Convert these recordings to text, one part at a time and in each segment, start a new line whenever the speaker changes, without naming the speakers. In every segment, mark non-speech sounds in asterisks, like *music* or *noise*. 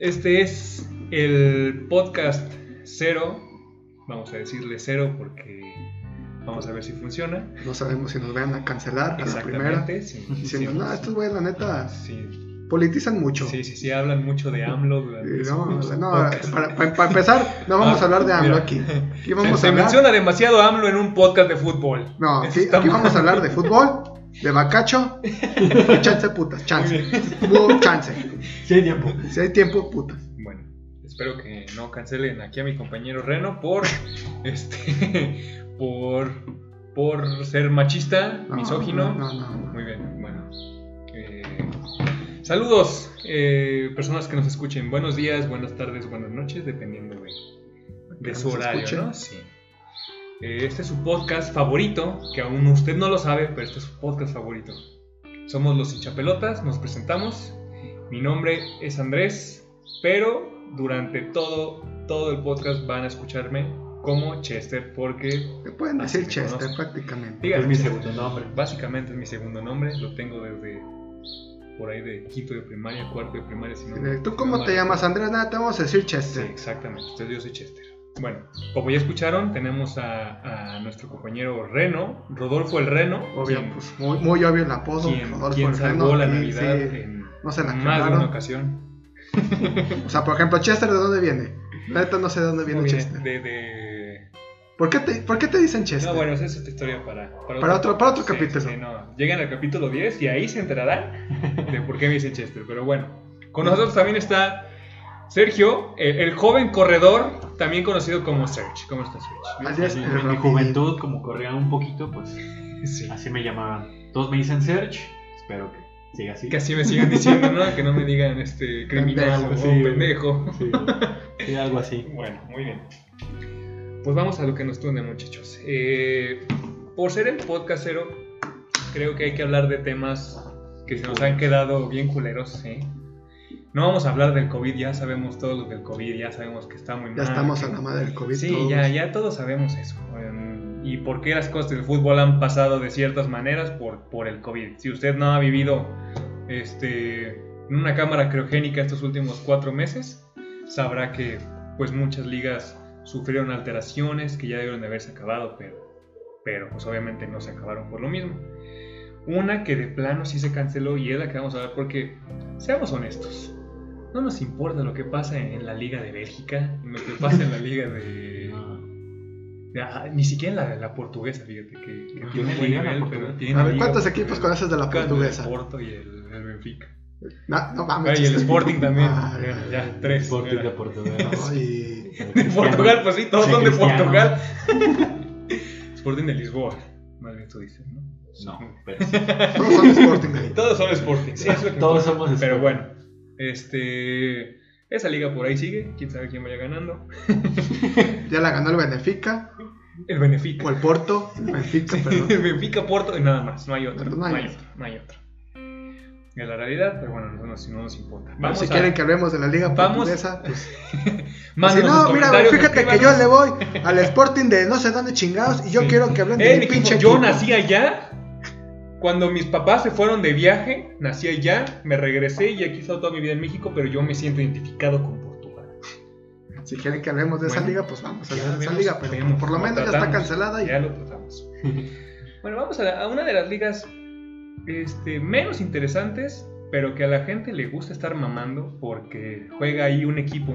Este es el podcast cero. Vamos a decirle cero porque vamos a ver si funciona.
No sabemos si nos van a cancelar a Ah, la primera.
Exactamente.
*laughs*
sí, sí,
Diciendo, no, estos güeyes, la neta,
sí,
politizan mucho.
sí, sí, sí, hablan mucho de AMLO durante
Y
su-
No,
su
no,
podcast. Ah,
para, para- para empezar, no vamos a hablar de AMLO
Mira. *laughs*
aquí. Aquí
Se-
vamos
se,
a hablar.
menciona demasiado AMLO en un podcast de fútbol.
No,
Eso
aquí,
está
aquí
mal.
vamos a hablar de fútbol,
*laughs*
de bacacho y chance putas, chance. Hubo chance.
Sí, hay tiempo.
Si hay tiempo, putas.
Bueno, espero que no cancelen aquí a mi compañero Reno por este *laughs* por por ser machista,
No,
misógino.
No, no, no.
Muy bien, bueno. Eh, saludos, eh, personas que nos escuchen. Buenos días, buenas tardes, buenas noches, dependiendo de, de
Que
su
nos
horario,
escuchen.
¿no? Sí. Eh, este es su podcast favorito, que aún usted no lo sabe, pero este es su podcast favorito. Somos los hinchapelotas, nos presentamos. Mi nombre es Andrés, pero durante todo, todo el podcast van a escucharme como Chester, porque
Te pueden
Así
decir
me
Chester
conocen.
prácticamente. Pues,
díganme,
Es mi
Chester.
segundo nombre.
Básicamente es mi segundo nombre, lo tengo desde por ahí de quinto de primaria, cuarto de primaria. Si no-
Eh, ¿Tú
si
cómo
no
te
mal-
llamas, Andrés? Nada, te vamos a decir
Sí,
Chester.
exactamente. Entonces yo soy Chester. Bueno, como ya escucharon, tenemos a, a nuestro compañero Reno, Rodolfo el Reno.
Obvio,
quien-
pues muy, muy obvio el apodo.
quien,
Rodolfo
quien
Herrero,
salvó la
sí,
Navidad
sí.
en
No se la
más de
quemaron.
una ocasión.
O sea, por ejemplo, Chester, ¿de dónde viene? La neta no sé de dónde viene
Muy bien,
Chester.
de, de-
¿Por, qué te, por qué te dicen Chester?
No, bueno, esa es otra historia para,
Para otro- para otro
Sí,
capítulo.
sí, no. Llegan al capítulo 10 y ahí se enterarán de por qué me dicen Chester. Pero bueno, con nosotros también está Sergio, eh, el, el joven corredor, también conocido como Serge. ¿Cómo estás, Serge?
Así es,
En-
el
en mi
rapidín.
juventud, como corría un poquito, pues
Sí.
así me llamaban. Todos me dicen Search. Espero que siga así.
Que así me sigan diciendo, ¿no? Que no me digan este criminal
Pendejo,
o
sí.
pendejo.
Sí, sí, algo así.
Bueno, muy bien. Pues vamos a lo que nos tunde, muchachos. Eh, por ser el podcast cero, creo que hay que hablar de temas que se nos han quedado bien culeros, ¿eh? No vamos a hablar del COVID, ya sabemos todo lo del COVID, ya sabemos que está muy mal.
Ya estamos a
que-
la madre del COVID.
Ah, Sí,
todos.
ya, ya todos sabemos eso. Em, y por qué las cosas del fútbol han pasado de ciertas maneras por, por el COVID. Si usted no ha vivido este, en una cámara criogénica estos últimos cuatro meses, sabrá que pues muchas ligas sufrieron alteraciones que ya debieron de haberse acabado, pero, pero pues obviamente no se acabaron por lo mismo. Una que de plano sí se canceló y es la que vamos a ver porque, seamos honestos, no nos importa lo que pasa en, en la Liga de Bélgica, lo que pasa en la Liga de...
*laughs*
de- ah, ni siquiera en la, la portuguesa, fíjate, que, que tiene
¿Tiene
buen
liga la
nivel,
portuguesa?
pero tiene
A ver,
liga,
¿cuántos
pero-
equipos conoces de la
Buscando
portuguesa?
El Porto y el, el Benfica.
No, no
Ah,
mames.
y el
Chester. Ah,
Sporting también.
Ay,
ya, ya, tres.
Sporting de
mira.
Portugal.
*laughs* no, y-
*laughs* De Portugal, pues sí, todos
Sí,
son de
Cristiano.
Portugal. *laughs* Sporting de Lisboa, más bien tú dices, ¿no?
No, pero sí.
Todos son Sporting ahí.
Todos son Sporting, sí, es lo que
Todos
importa.
somos Sporting.
Pero bueno, este. Esa liga por ahí sigue, quién sabe quién vaya ganando.
Ya la ganó el Benfica
El Benfica.
o el Porto. El Benfica, perdón.
El Benfica, Porto y nada más, no hay otra.
No,
No hay otra, no hay otra. Es la realidad, pero bueno, no, nos- no nos importa.
Pero
*laughs* Vamos
si
a-
quieren que hablemos de la liga
Vamos.
portuguesa, pues. Si
mándanos
no,
sus
mira,
comentarios,
fíjate que yo
escríbanos.
le voy al Sporting de no sé dónde chingados y yo
Sí.
quiero que hablen de
Eh,
mi
mi
pinche
equipo, yo
equipo.
nací allá. Cuando mis papás se fueron de viaje, nací allá, me regresé y aquí he estado toda mi vida en México, pero yo me siento identificado con Portugal.
Si quieren que hablemos de esa
Bueno,
liga, pues vamos a
Ya
hablar de esa
vemos,
liga, pero
vemos,
por lo
lo
menos ya está
tratamos.
cancelada y
Ya lo
*laughs*
tratamos. bueno, vamos a, la- a una de las ligas este, menos interesantes, pero que a la gente le gusta estar mamando porque juega ahí un equipo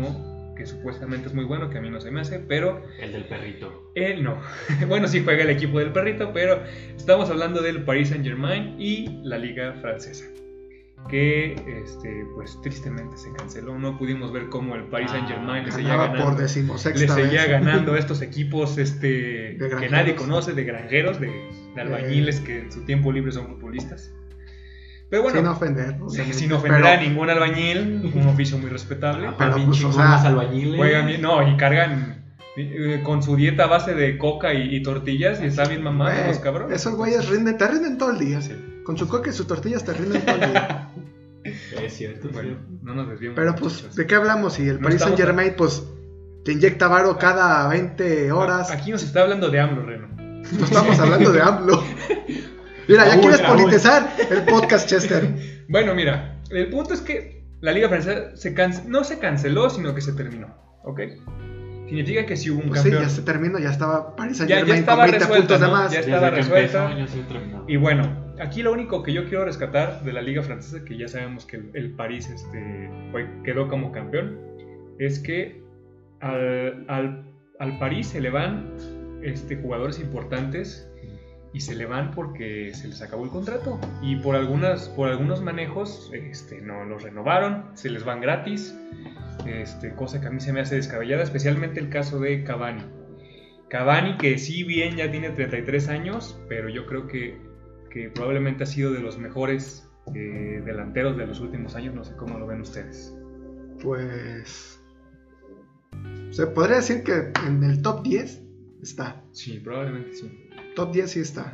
que supuestamente es muy bueno, que a mí no se me hace, pero
El del perrito.
Él Eh, no. *laughs* Bueno, sí juega el equipo del perrito, pero estamos hablando del Paris Saint Germain y la liga francesa. Que este, pues tristemente se canceló. No pudimos ver cómo el Paris
Ah,
Saint Germain le seguía
ganaba
ganando.
por
Le
decimosexta
seguía
vez.
ganando a estos
*laughs*
equipos este, que
granjeros.
nadie conoce, de granjeros, de, de albañiles que en su tiempo libre son futbolistas. Pero bueno,
sin ofender.
sin,
obviamente,
sin ofender a
pero-
ningún albañil, un oficio muy respetable.
Ah,
*laughs* pero,
bien
pues, o
chingones
sea,
albañiles.
Juegan bien, no, y cargan eh, con su dieta a base de coca y, y tortillas y está bien mamado
Güey,
los cabrones.
Esos güeyes rinden, te rinden todo el día.
Sí.
Con su coca y sus tortillas te rinden todo
*laughs*
el día.
Es cierto,
Pues
es
Bueno,
cierto.
no nos desviemos.
Pero
muchachos.
pues, ¿de qué hablamos? Si el
No
Paris
estamos-
Saint Germain, pues, te inyecta varo cada 20 horas.
Aquí nos está hablando de AMLO, Reno.
No estamos hablando de
*laughs*
AMLO. Mira, ya
Raúl,
quieres
*laughs*
Raúl.
politizar el podcast, Chester.
Bueno, mira, el punto es que La Liga Francesa se can- no se canceló, sino que se terminó. ¿Ok? Significa que si hubo un
Pues sí,
campeón.
ya se terminó, ya estaba Paris Saint
Ya- ya
Germain
estaba
con 20
resuelto,
puntos de
¿no?
más.
Ya-
Ya,
estaba
Desde que
resuelta.
empezó, ya se terminó.
Y bueno, aquí lo único que yo quiero rescatar de la Liga Francesa, que ya sabemos que el, el París este, fue- quedó como campeón, es que al, al- al París se le van este, jugadores importantes y se le van porque se les acabó el contrato. Y por, algunas, por algunos manejos este, no los renovaron, se les van gratis, este, cosa que a mí se me hace descabellada, especialmente el caso de Cavani. Cavani que sí bien ya tiene 33 años, pero yo creo que, que probablemente ha sido de los mejores eh, delanteros de los últimos años, no sé cómo lo ven ustedes.
Pues. Se podría decir que en el top 10 está.
Sí, probablemente sí.
Top 10 sí está.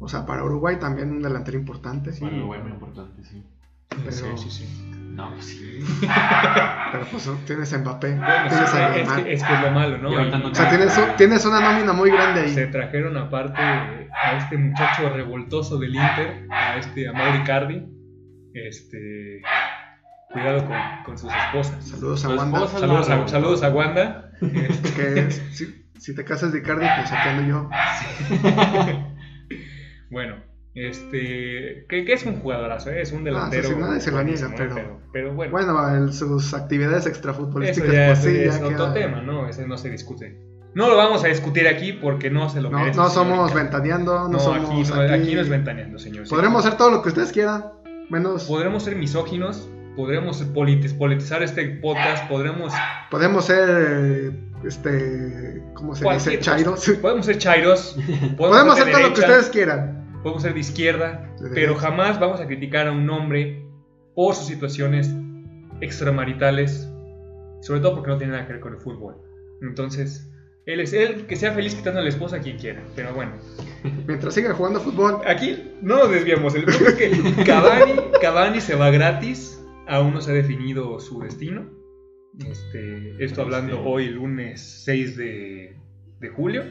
O sea, para Uruguay también un delantero importante.
Sí.
Bueno, bueno, importante, sí.
Pero-
Sí, sí, sí.
No, pues sí.
Pero pues tienes a Mbappé,
Bueno,
tienes
sí,
a
Pues es,
Neymar.
que, es que es lo malo, ¿no?
Y ahorita no
O sea, tienes, un- tienes una nómina muy grande ahí.
Se trajeron aparte a este muchacho revoltoso del Inter, a este a Mauro Icardi. Este, cuidado con, con sus esposas.
Saludos a
Tu
Wanda.
esposa-
Saludos a, saludos a Wanda. Este,
Que es- si, si te casas de Icardi, pues aquí ando yo.
Bueno, este. Que, que es un jugadorazo, ¿eh? es un delantero.
Ah, sí, sí, nadie se lo niega,
buenísimo, ¿eh?
pero-
pero bueno.
Bueno, el- sus actividades
eso
extrafutbolísticas,
ya,
pues sí,
es
ya
otro
queda-
tema, ¿no? Ese no se discute. No lo vamos a discutir aquí porque no se lo
No,
merece.
no
señor
somos
Ricardo.
ventaneando, no,
No,
somos.
aquí, no, aquí no es ventaneando, señor.
Podremos hacer todo lo que ustedes quieran, menos.
Podremos ser misóginos, podremos politis- politizar este podcast, podremos.
Podemos ser. eh, Este. ¿Cómo se
cualquier
dice? Chairos. *laughs*
cosa. Podemos ser chairos. Podemos,
Podemos
ser
hacer
de
todo lo que
derecha,
ustedes quieran.
Podemos ser de izquierda,
De
pero
derecha.
jamás vamos a criticar a un hombre por sus situaciones extramaritales, sobre todo porque no tiene nada que ver con el fútbol. Entonces, él es él que sea feliz quitando a la esposa a quien quiera, pero bueno.
Mientras sigan jugando fútbol.
Aquí no nos desviamos. El punto es que Cavani, Cavani se va gratis. Aún no se ha definido su destino. Este, esto hablando
Sí.
hoy, lunes 6 de, de julio.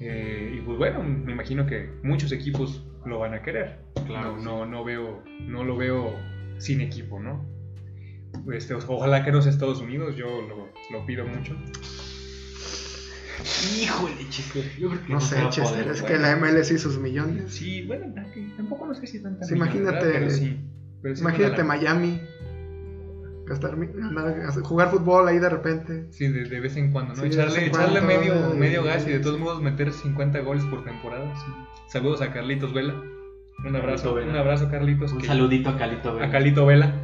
Eh, y pues bueno, me imagino que muchos equipos lo van a querer.
Claro, sí.
no, no, no veo, no lo veo sin equipo, ¿no? Este, o- ojalá que no sea Estados Unidos, yo lo, lo pido mucho.
Híjole, Chester. Yo creo que
No
se
sé,
va a
Chester,
poder,
es
güey.
que la MLS y sus millones.
Sí, bueno, t- tampoco no sé si tanta
Sí,
millonada,
imagínate-
pero sí, pero sí es una
Imagínate
lana.
Miami. gastar mi- ganar- jugar fútbol ahí de repente.
Sí, de, de vez en cuando, ¿no?
Sí, de
echarle
vez en
echarle
cuando,
medio,
eh,
medio gas y de todos modos meter 50 goles por temporada. sí. Saludos a Carlitos Vela. Un abrazo,
Carlito Vela.
un abrazo Carlitos.
Un
que-
saludito a Calito, güey.
A Carlito Vela.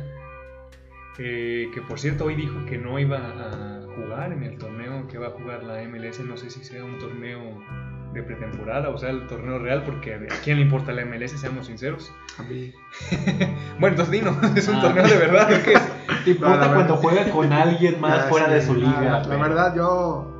eh, que por cierto hoy dijo que no iba a jugar en el torneo que va a jugar la MLS. No sé si sea un torneo de pretemporada o sea el torneo real, porque a quién le importa la MLS, seamos sinceros.
A mí.
Bueno, entonces Dino, *laughs* ¿es un
Ah.
torneo de verdad o qué
*laughs*
es?
Te importa
No, la
cuando
verdad.
juega con alguien más
Ya,
fuera
sí,
de su
la-
liga.
La,
güey.
verdad, yo.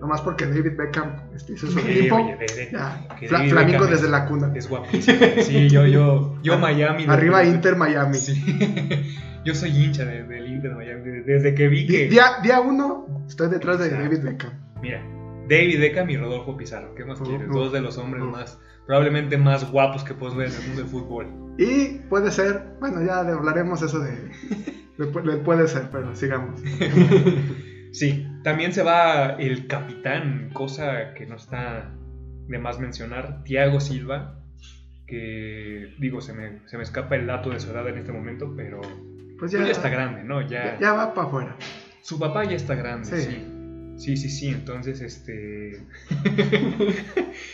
Nomás porque David Beckham este, hizo su
Sí,
equipo.
oye, de- de-
ya,
que
Fla-
David
Flamengo
Beckham es-
desde la cuna.
Es guapísimo. Sí, yo, yo, yo
Ah,
Miami.
Arriba Inter Miami.
*laughs* Sí. Yo soy hincha de- del Inter Miami. de- Desde que vi
Di-
que.
Día, día uno, estoy detrás de
Exacto.
David Beckham.
Mira, David Beckham y Rodolfo Pizarro. ¿Qué más
Uh,
quieres?
uh,
Dos de los hombres
uh.
más. Probablemente más guapos que puedes ver en el mundo del fútbol.
Y puede ser, bueno, ya le hablaremos eso
*laughs*
de. de pu- del puede ser, pero sigamos.
Sí, también se va el capitán, cosa que no está de más mencionar, Thiago Silva. Que digo, se me, se me escapa el dato de su edad en este momento, pero
Pues
ya,
ya,
ya está grande, ¿no?
ya- ya va para afuera.
Su papá ya está grande,
Sí.
sí. Sí, sí, sí, entonces este... *laughs*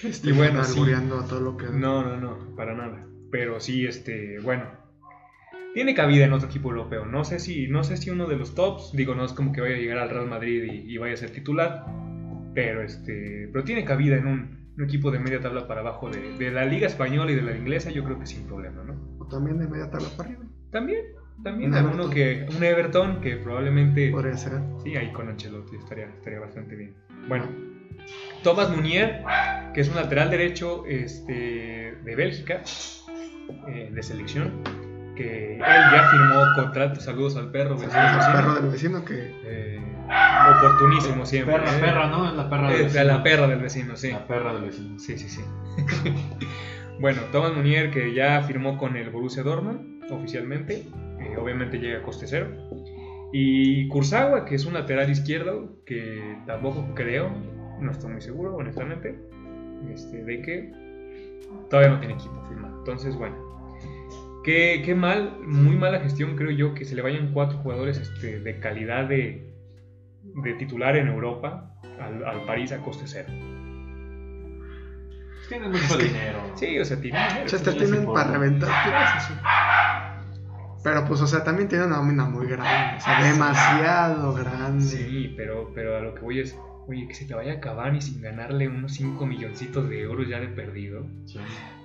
Este,
Y bueno, sí.
albureando todo lo que.
No, no, no, para nada. Pero sí, este, bueno. Tiene cabida en otro equipo europeo. No sé si, no sé si uno de los tops, digo, no es como que vaya a llegar al Real Madrid y, y vaya a ser titular, pero este, pero tiene cabida en un, un equipo de media tabla para abajo de, de la liga española y de la inglesa, yo creo que sin problema, ¿no?
O también de media tabla para arriba.
También, también
Un
alguno
Everton.
que, un Everton que probablemente
Podría ser.
Sí, ahí con Ancelotti estaría, estaría bastante bien. Bueno, Thomas Munier, que es un lateral derecho este, de Bélgica, eh, de selección, que él ya firmó contrato. Saludos al perro,
O sea,
vecino,
el perro
vecino.
del vecino que.
Eh, oportunísimo siempre.
Perra,
eh.
perra, ¿no? Es la perra
Eh,
del vecino.
la perra del vecino, sí.
La perra del vecino.
Sí, sí, *laughs* sí. bueno, Thomas Munier que ya firmó con el Borussia Dortmund oficialmente. Eh, obviamente llega a coste cero. Y Kurzawa, que es un lateral izquierdo, que tampoco creo, no estoy muy seguro, honestamente, este, de que todavía no tiene equipo firmado. Entonces, bueno, qué, qué mal, muy mala gestión creo yo que se le vayan cuatro jugadores este, de calidad de, de titular en Europa al, al París a coste cero.
Tienen mucho dinero.
Sí, o sea, tiene.
Chester
sí, sí,
tienen
por-
para reventar. tiras, sí. Pero pues, o sea, también tiene una nómina muy grande. O sea, demasiado grande.
Sí, pero, pero a lo que voy es, oye, que se te vaya a Cavani sin ganarle unos 5 milloncitos de euros ya de perdido.
Sí.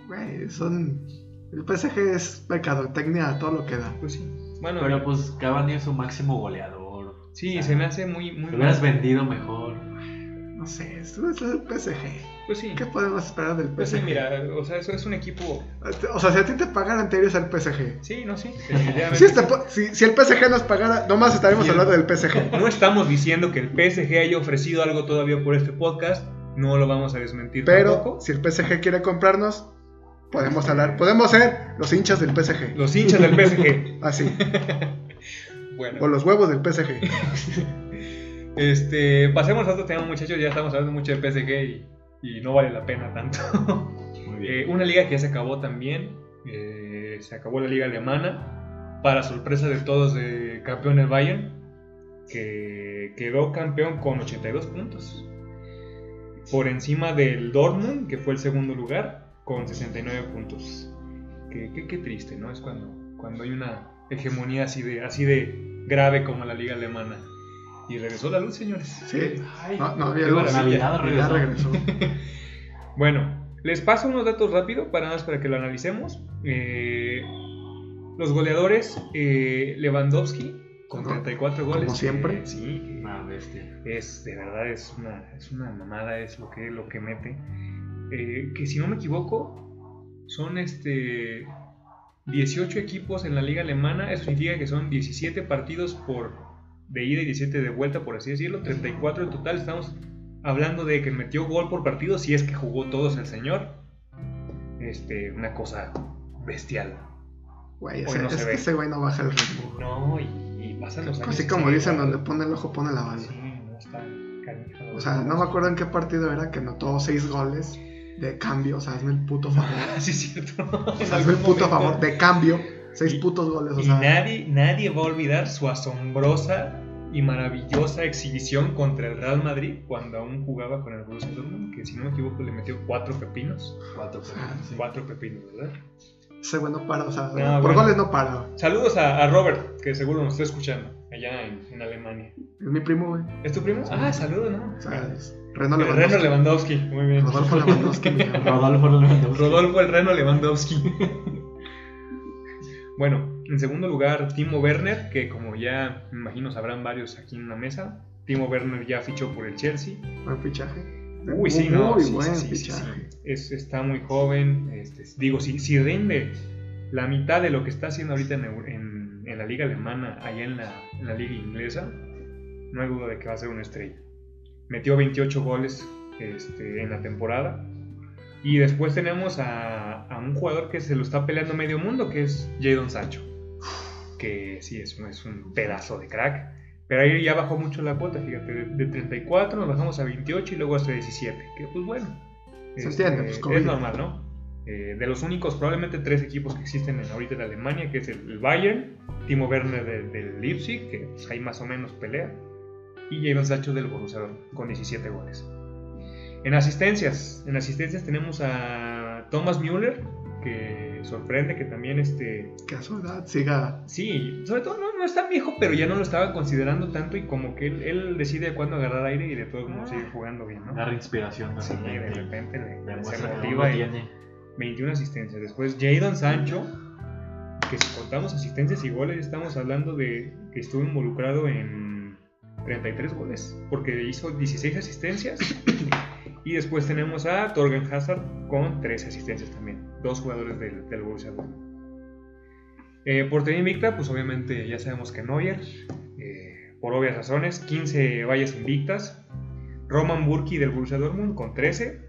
Güey, son. El PSG es mercadotecnia a todo lo que da.
Pues sí. Bueno,
Pero pues Cavani es su máximo goleador.
sí, se me hace muy, muy
Lo hubieras
mal.
vendido mejor.
No sé, esto es el PSG.
Pues sí.
¿Qué podemos esperar del PSG?
Pues sí, mira, o sea, eso es un equipo.
O sea, si a ti te pagaran, te irías al PSG.
Sí, no, sí. definitivamente.
Si, este po- si- si el PSG nos pagara, nomás estaremos
Sí.
hablando del PSG.
No estamos diciendo que el PSG haya ofrecido algo todavía por este podcast. No lo vamos a desmentir
Pero
tampoco.
si el PSG quiere comprarnos, podemos hablar, podemos ser los hinchas del PSG.
Los hinchas del
*laughs*
PSG.
Así, o
Bueno,
los huevos del PSG.
este, pasemos a otro tema, muchachos. Ya estamos hablando mucho del PSG y- y no vale la pena tanto.
Muy
Eh, una liga que ya se acabó también. eh, se acabó la liga alemana. Para sorpresa de todos, eh, campeón el Bayern. Que quedó campeón con 82 puntos. Por encima del Dortmund, que fue el segundo lugar, con 69 puntos. Qué, qué- qué triste, ¿no? Es cuando, cuando hay una hegemonía así de, así de grave como la liga alemana. Y regresó la luz, señores.
Sí.
Ay,
No, no,
Qué
había luz.
maravilla.
Navidad
Ya
regresó.
regresó.
Bueno, les paso unos datos rápido para nada más para que lo analicemos. Eh, los goleadores, eh, Lewandowski con
Como-
34 goles.
como siempre.
que sí,
Una bestia.
que es de verdad es una, es una mamada, es lo que, lo que mete. Eh, que si no me equivoco, son este 18 equipos en la liga alemana. Eso significa que son 17 partidos por de ida y 17 de vuelta, por así decirlo. 34 en total. Estamos hablando de que metió gol por partido, si es que jugó todos el señor. Este, una cosa bestial.
Güey,
Hoy
ese-
no se
es
ve. Pues
que ese güey no baja el ritmo.
No, y, y pasan los años.
Así
y
como
sigue
dicen,
igual.
donde pone el ojo, pone la bala.
Sí, no está canijo.
O sea, no me acuerdo en qué partido era que anotó seis goles de cambio. O sea, hazme el puto
*laughs*
favor.
Ah, sí, es cierto.
O
En
sea, hazme
algún
el puto
momento.
favor. De cambio, seis
Y-
putos goles. O
Y
sea,
nadie, nadie va a olvidar su asombrosa y maravillosa exhibición contra el Real Madrid cuando aún jugaba con el Borussia Dortmund, que si no me equivoco le metió cuatro pepinos.
Cuatro
personas,
Cuatro pepinos, ¿verdad?
ese güey no para. O sea,
No,
por
bueno.
goles no para.
Saludos a, a Robert, que seguro nos está escuchando allá en, en Alemania.
Es mi primo, güey.
¿Es tu primo? Ah, saludos, ¿no?
O sea, es Reno
el Reno
Lewandowski.
Lewandowski, muy bien.
Rodolfo
*laughs*
Lewandowski, mi cabrón.
Rodolfo Lewandowski.
Rodolfo el Reno Lewandowski. *laughs* bueno, en segundo lugar, Timo Werner, que como ya me imagino sabrán varios aquí en la mesa, Timo Werner ya fichó por el Chelsea.
Buen fichaje.
Uy, sí, no,
Muy
sí, sí,
buen
sí, sí, sí.
fichaje.
Es- está muy joven. este, digo, si, si rinde la mitad de lo que está haciendo ahorita en, Eu- en- en la liga alemana, allá en la, en la liga inglesa, no hay duda de que va a ser una estrella. Metió 28 goles este, en la temporada. Y después tenemos a, a un jugador que se lo está peleando medio mundo, que es Jadon Sancho. Que sí, es un, es un pedazo de crack. Pero ahí ya bajó mucho la cuota, fíjate. De, de 34 nos bajamos a 28 y luego hasta 17. Que pues bueno. este,
Se entiende, pues, COVID.
es normal, ¿no? Eh, de los únicos, probablemente tres equipos que existen en, ahorita en Alemania, que es el, el Bayern, Timo Werner de- del Leipzig, que pues, ahí más o menos pelea, y Jadon Sancho del Borussia Dortmund, con 17 goles. En asistencias, en asistencias tenemos a Thomas Müller, que sorprende que también este,
Que a su edad siga.
Sí, sobre todo no, no es tan viejo, pero ya no lo estaba considerando tanto y como que él, él decide cuándo agarrar aire y de todos modos
Ah.
sigue jugando bien, ¿no?
Dar inspiración.
Sí,
también.
de repente le- le, se
Demuestra que
motiva
uno
y
tiene.
21 asistencias. Después Jadon Sancho, que si contamos asistencias y goles, estamos hablando de que estuvo involucrado en 33 goles, porque hizo 16 asistencias. Y después tenemos a Torgan Hazard con 3 asistencias también, dos jugadores del, del Borussia Dortmund. Eh, portería invicta, pues obviamente ya sabemos que Neuer, eh, por obvias razones, 15 vallas invictas. Roman Burki del Borussia Dortmund con 13.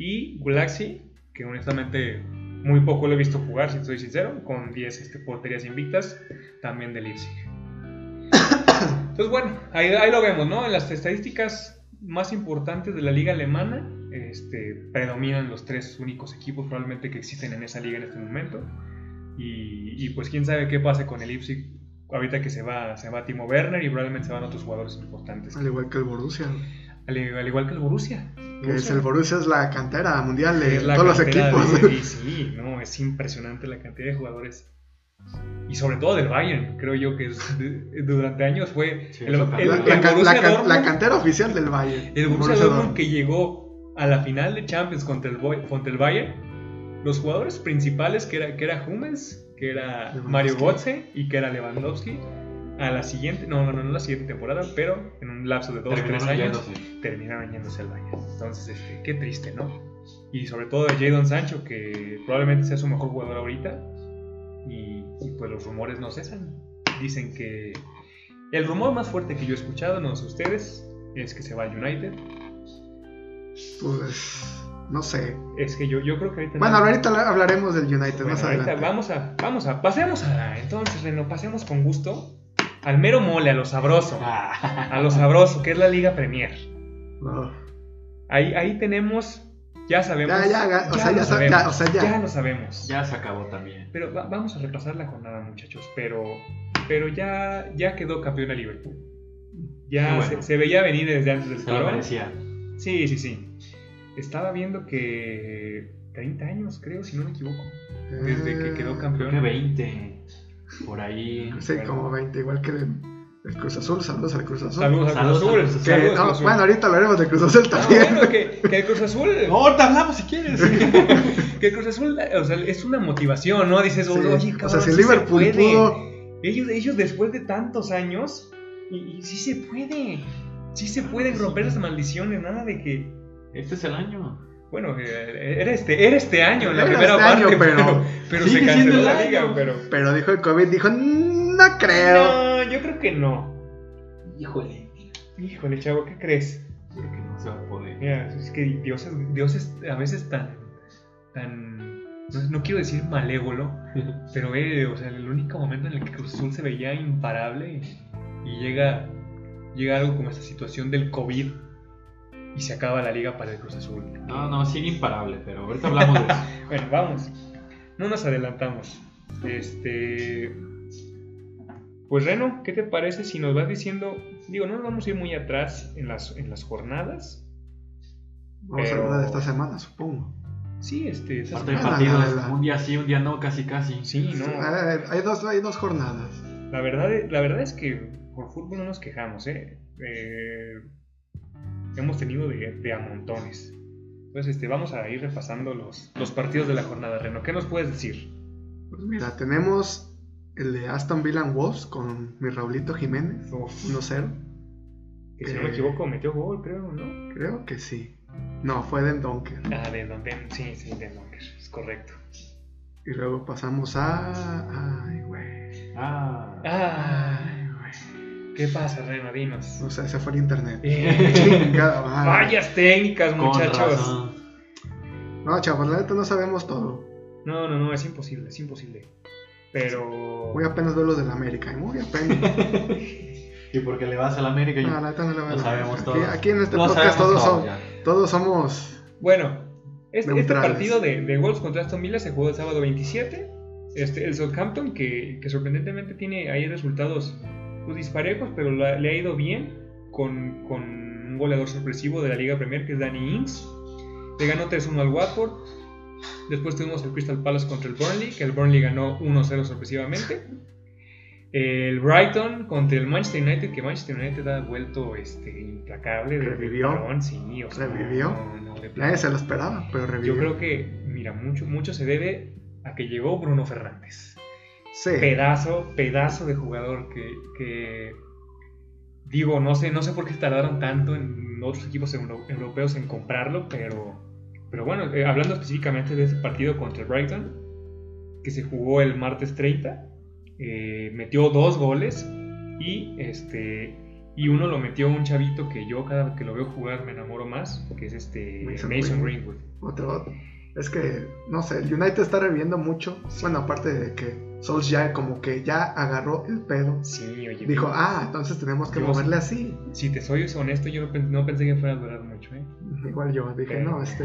Y Gulaxi, que honestamente Muy poco lo he visto jugar, si soy sincero, con 10 este, porterías invictas, también de Leipzig. Entonces, bueno, ahí, ahí lo vemos, ¿no? En las estadísticas más importantes de la liga alemana este, predominan los tres únicos equipos probablemente que existen en esa liga en este momento. Y, y, pues quién sabe qué pase con el Leipzig ahorita que se va, se va Timo Werner y probablemente se van otros jugadores importantes.
Al igual que el Borussia.
Al, al igual que el Borussia.
Que es el Borussia es la cantera mundial de
Es la
todos los
cantera
equipos. *laughs*
de- y sí, no, es impresionante la cantidad de jugadores. Y sobre todo del Bayern, creo yo que es- de- durante años fue
Sí,
el,
eso
el-
también.
La,
el
la can-
Borussia
la can-
Dortmund-
la cantera oficial del Bayern.
el Borussia
Borussia
Dortmund
Dortmund.
que llegó a la final de Champions contra el, Boy- contra el Bayern, los jugadores principales que era, que era Hummels, que era
Lewandowski.
Mario Götze y que era Lewandowski, a la siguiente, no, no, no, no la siguiente temporada, pero en un lapso de dos o tres
Terminaron
años
yéndose.
terminaron yéndose al Bayern. Entonces, este, qué triste, ¿no? Y sobre todo de Jadon Sancho, que probablemente sea su mejor jugador ahorita. Y, y, pues los rumores no cesan. Dicen que el rumor más fuerte que yo he escuchado, no sé ustedes, es que se va al United.
Pues no sé.
Es que yo, yo creo que ahorita...
Bueno,
no-
ahorita la- hablaremos del United
Bueno,
más
ahorita
adelante.
vamos a, vamos a, pasemos a, entonces, Reno, pasemos con gusto al mero mole, a lo sabroso,
Ah, *laughs*
a lo sabroso, que es la Liga Premier.
Oh.
Ahí, ahí tenemos, ya sabemos.
Ya, ya, ya, o sea,
lo
ya sab-
sabemos,
ya, o sea, ya.
lo sabemos.
ya se acabó también.
Pero va- vamos a repasar la jornada, muchachos. Pero, pero ya, ya quedó campeón el Liverpool. Ya
Qué
Ah,
bueno.
se, se veía venir desde antes del
Se lo
parón.
merecía.
Sí, sí, sí. Estaba viendo que 30 años, creo, si no me equivoco, desde que quedó
Creo que
campeón.
20. Por ahí.
Sí, como 20, igual que el, el Cruz Azul. Saludos al Cruz Azul.
Saludos al Cruz
Saludos
Azul.
al Cruz Azul.
Que,
Saludos
no,
al Cruz Azul.
bueno, ahorita hablaremos del Cruz Azul
No,
también.
bueno, que, que el Cruz
*laughs*
Azul.
Ahorita hablamos si quieres.
*laughs* Que el Cruz Azul, o sea, es una motivación, ¿no? Dices,
Sí,
oye,
o
cabrón,
sea,
sí
si el
se
Liverpool
puede".
pudo.
Ellos, ellos después de tantos años, y, y sí se puede, sí se pueden romper esas maldiciones, nada de que,
Este es el año.
bueno, eh, era este, era este año, la
Era
primera
este
parte, *laughs*
año,
pero, pero,
pero-
se
sigue
canceló
siendo
la
el
liga,
año.
pero...
Pero dijo el COVID, dijo, no creo.
No, yo creo que no.
Híjole.
Híjole, chavo, ¿qué crees?
Creo que no se va a poder.
Mira, es que Dios es, Dios es a veces tan, tan, no, no quiero decir malévolo, pero eh, o sea, el único momento en el que Cruz Azul se veía imparable y llega, llega algo como esta situación del COVID y se acaba la liga para el Cruz Azul.
No, no, sigue imparable, pero ahorita hablamos
*laughs*
de eso.
Bueno, vamos, no nos adelantamos. Este, pues Reno, ¿qué te parece si nos vas diciendo, digo, no nos vamos a ir muy atrás en las, en las jornadas?
Vamos
Pero-
a hablar de esta semana, supongo.
Sí, este, esas
Aparte de
la,
partidos,
la, la.
un día sí, un día no, casi casi.
Sí, no.
Eh, hay, dos, hay dos jornadas.
La verdad, es- la verdad es que por fútbol no nos quejamos, ¿eh? Eh, hemos tenido de, de a montones. Entonces, este, vamos a ir repasando los, los partidos de la jornada, Reno. ¿Qué nos puedes decir?
Pues mira, tenemos el de Aston Villa and Wolves con mi Raulito Jiménez,
Uf,
1-0.
que si no me equivoco, metió gol, creo, ¿no?
Creo que sí. No, fue de Donker.
Ah, de Don- de- sí, sí, de Donker, es correcto.
Y luego pasamos a. Ay, güey.
Ah.
Ah,
Ay, güey.
¿qué pasa, Reno? Dinos.
No sé, se fue el internet.
*laughs* Eh,
Chingada madre.
fallas técnicas,
Con
muchachos.
razón.
No, chavos, la neta no sabemos todo.
No, no, no, es imposible, es imposible. Pero...
Muy apenas veo los del América. y Muy
*laughs*
apenas.
Y porque le vas al América, yo.
No, la neta no la veo.
Lo sabemos
Aquí-
todos.
Aquí en este
Lo
podcast
sabemos
todos,
todo,
son-
ya.
todos somos.
Bueno, este, este
Neutrales.
partido de, de Wolves contra Aston Villa se jugó el sábado 27. Este, el Southampton, que, que sorprendentemente tiene ahí resultados pues, disparejos, pero la- le ha ido bien con, con un goleador sorpresivo de la Liga Premier, que es Danny Ings. Le ganó 3-1 al Watford. Después tuvimos el Crystal Palace contra el Burnley, que el Burnley ganó 1-0 sorpresivamente. El Brighton contra el Manchester United, que Manchester United ha vuelto este, implacable. desde el
Revivió.
parón, sí, o sea,
Revivió.
no, no, de plano.
Nadie se lo esperaba, pero revivió.
Yo creo que, mira, mucho, mucho se debe a que llegó Bruno Fernández.
Sí.
Pedazo, pedazo de jugador que, que- digo, no sé, no sé por qué tardaron tanto en otros equipos euro- europeos en comprarlo, pero, pero bueno, eh, hablando específicamente de ese partido contra el Brighton, que se jugó el martes 30, eh, metió dos goles y este y uno lo metió un chavito que yo cada vez que lo veo jugar me enamoro más, que es este
Mason
Mason
Greenwood.
Greenwood.
Otro, Es que, no sé, el United está reviviendo mucho. Bueno, aparte de que Solskjaer como que ya agarró el pedo.
Sí, oye.
Dijo, ah, entonces tenemos que
Yo-
moverle así.
Si te soy honesto, yo no pen- no pensé que fuera a durar mucho, ¿eh?
Igual yo dije,
Pero-
no, este,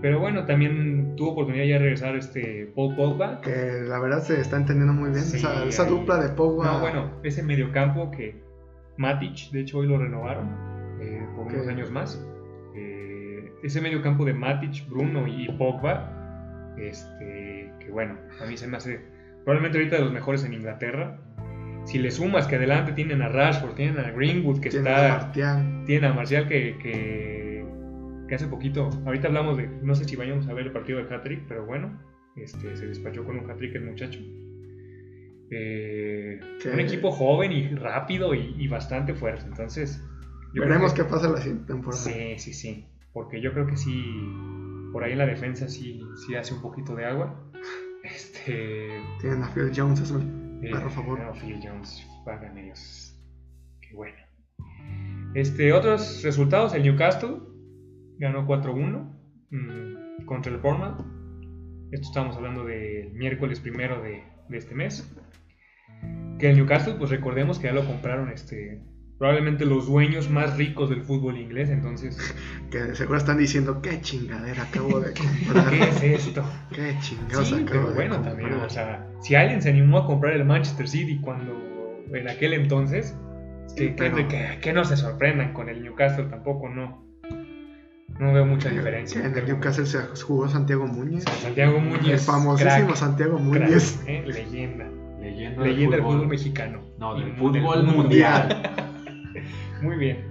Pero bueno, también tuvo oportunidad ya de regresar este Paul Pogba.
que la verdad se está entendiendo muy bien.
Sí,
esa esa
ahí-
dupla de Pogba.
No, bueno, ese mediocampo que Matic, de hecho hoy lo renovaron eh, por unos
Ok.
años más. Eh, ese mediocampo de Matic, Bruno y Pogba, este, que bueno, a mí se me hace probablemente ahorita de los mejores en Inglaterra. Si le sumas que adelante tienen a Rashford, tienen a Greenwood, que
tiene
está,
a Martial.
tienen a Marcial que, que, que hace poquito, ahorita hablamos de, no sé si vayamos a ver el partido de hat-trick, pero bueno, este, se despachó con un hat-trick el muchacho. Eh,
Que-
un equipo joven y rápido y, y bastante fuerte, entonces... yo creo
Veremos
que-
qué pasa la siguiente temporada.
Sí, sí, sí, porque yo creo que sí, por ahí la defensa sí, sí hace un poquito de agua. *laughs* Este,
Tienen a Phil Jones, eso es- Perro,
eh,
favor.
No, Phil Jones, págame Dios. Qué bueno. Este, otros resultados, el Newcastle ganó 4-1 mm, contra el Bournemouth. Esto estamos hablando del miércoles primero de, de este mes. Que el Newcastle, pues recordemos que ya lo compraron este, probablemente los dueños más ricos del fútbol inglés. Entonces,
que de seguro están diciendo, qué chingadera
*laughs*
acabo de
¿qué
comprar.
es esto?
qué chingados
sí,
acabo
pero
de
bueno,
comprar.
también, o sea, si alguien se animó a comprar el Manchester City cuando en aquel entonces, que, que-
pero-
que- que no se sorprendan con el Newcastle tampoco, no. No veo mucha
Que-
diferencia.
que en el Newcastle se jugó Santiago Muñez.
Santiago Muñoz.
el famosísimo
crack,
Santiago
crack,
Muñez.
eh, leyenda.
Leyenda,
Leyenda del fútbol mexicano.
No,
Y
del fútbol
mundo.
mundial.
Muy bien.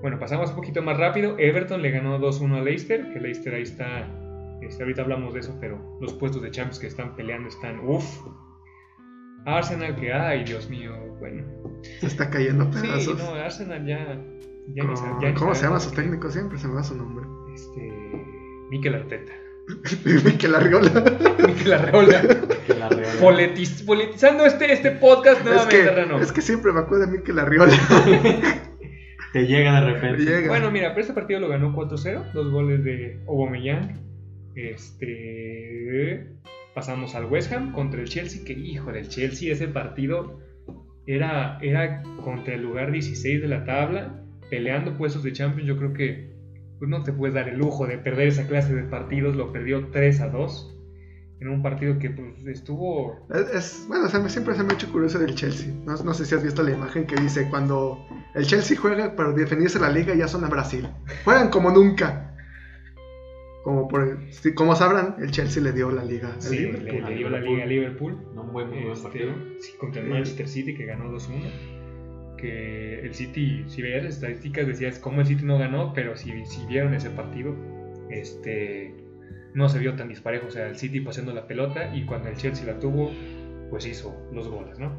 Bueno, pasamos un poquito más rápido. Everton le ganó 2-1 a Leicester, que Leicester ahí está, este, ahorita hablamos de eso, pero los puestos de Champions que están peleando están, uff. Arsenal que, ay, Dios mío, bueno.
Se está cayendo a
Sí,
pedazos.
no, Arsenal ya... ya ni
Con-
sa- ya ni
¿Cómo se llama
sabemos
su
qué-
técnico? Siempre se me va su nombre. *laughs*
Este... Mikel Arteta.
que largó la...
Mikel Arreola.
que la Real-
Politiz- politizando este, este podcast
es,
nuevamente, Rano.
que, es que siempre me acuerdo de mí que la riola
Te llega de repente.
*laughs* llega.
Bueno, mira, pero este partido lo ganó 4-0, dos goles de Aubameyang. Este pasamos al West Ham contra el Chelsea, que híjole, el Chelsea ese partido era era contra el lugar 16 de la tabla, peleando puestos de Champions, yo creo que pues, no te puedes dar el lujo de perder esa clase de partidos, lo perdió 3 a 2 en un partido que pues, estuvo
Es- es- bueno, se me- siempre se me ha hecho curioso del Chelsea. No, no sé si has visto la imagen que dice cuando el Chelsea juega para definirse la liga ya son a Brasil. Juegan como nunca. Como, por, sí, como sabrán, el Chelsea le dio la liga. al
sí, le,
Liverpool.
le dio la liga a Liverpool.
No un buen, muy buen
Este,
partido.
sí, contra el
Sí.
Manchester City que ganó 2-1. Que el City, si veías las estadísticas, decías cómo el City no ganó, pero si, si vieron ese partido, este no se vio tan disparejo. O sea, el City paseando la pelota y cuando el Chelsea la tuvo, pues hizo los goles, ¿no?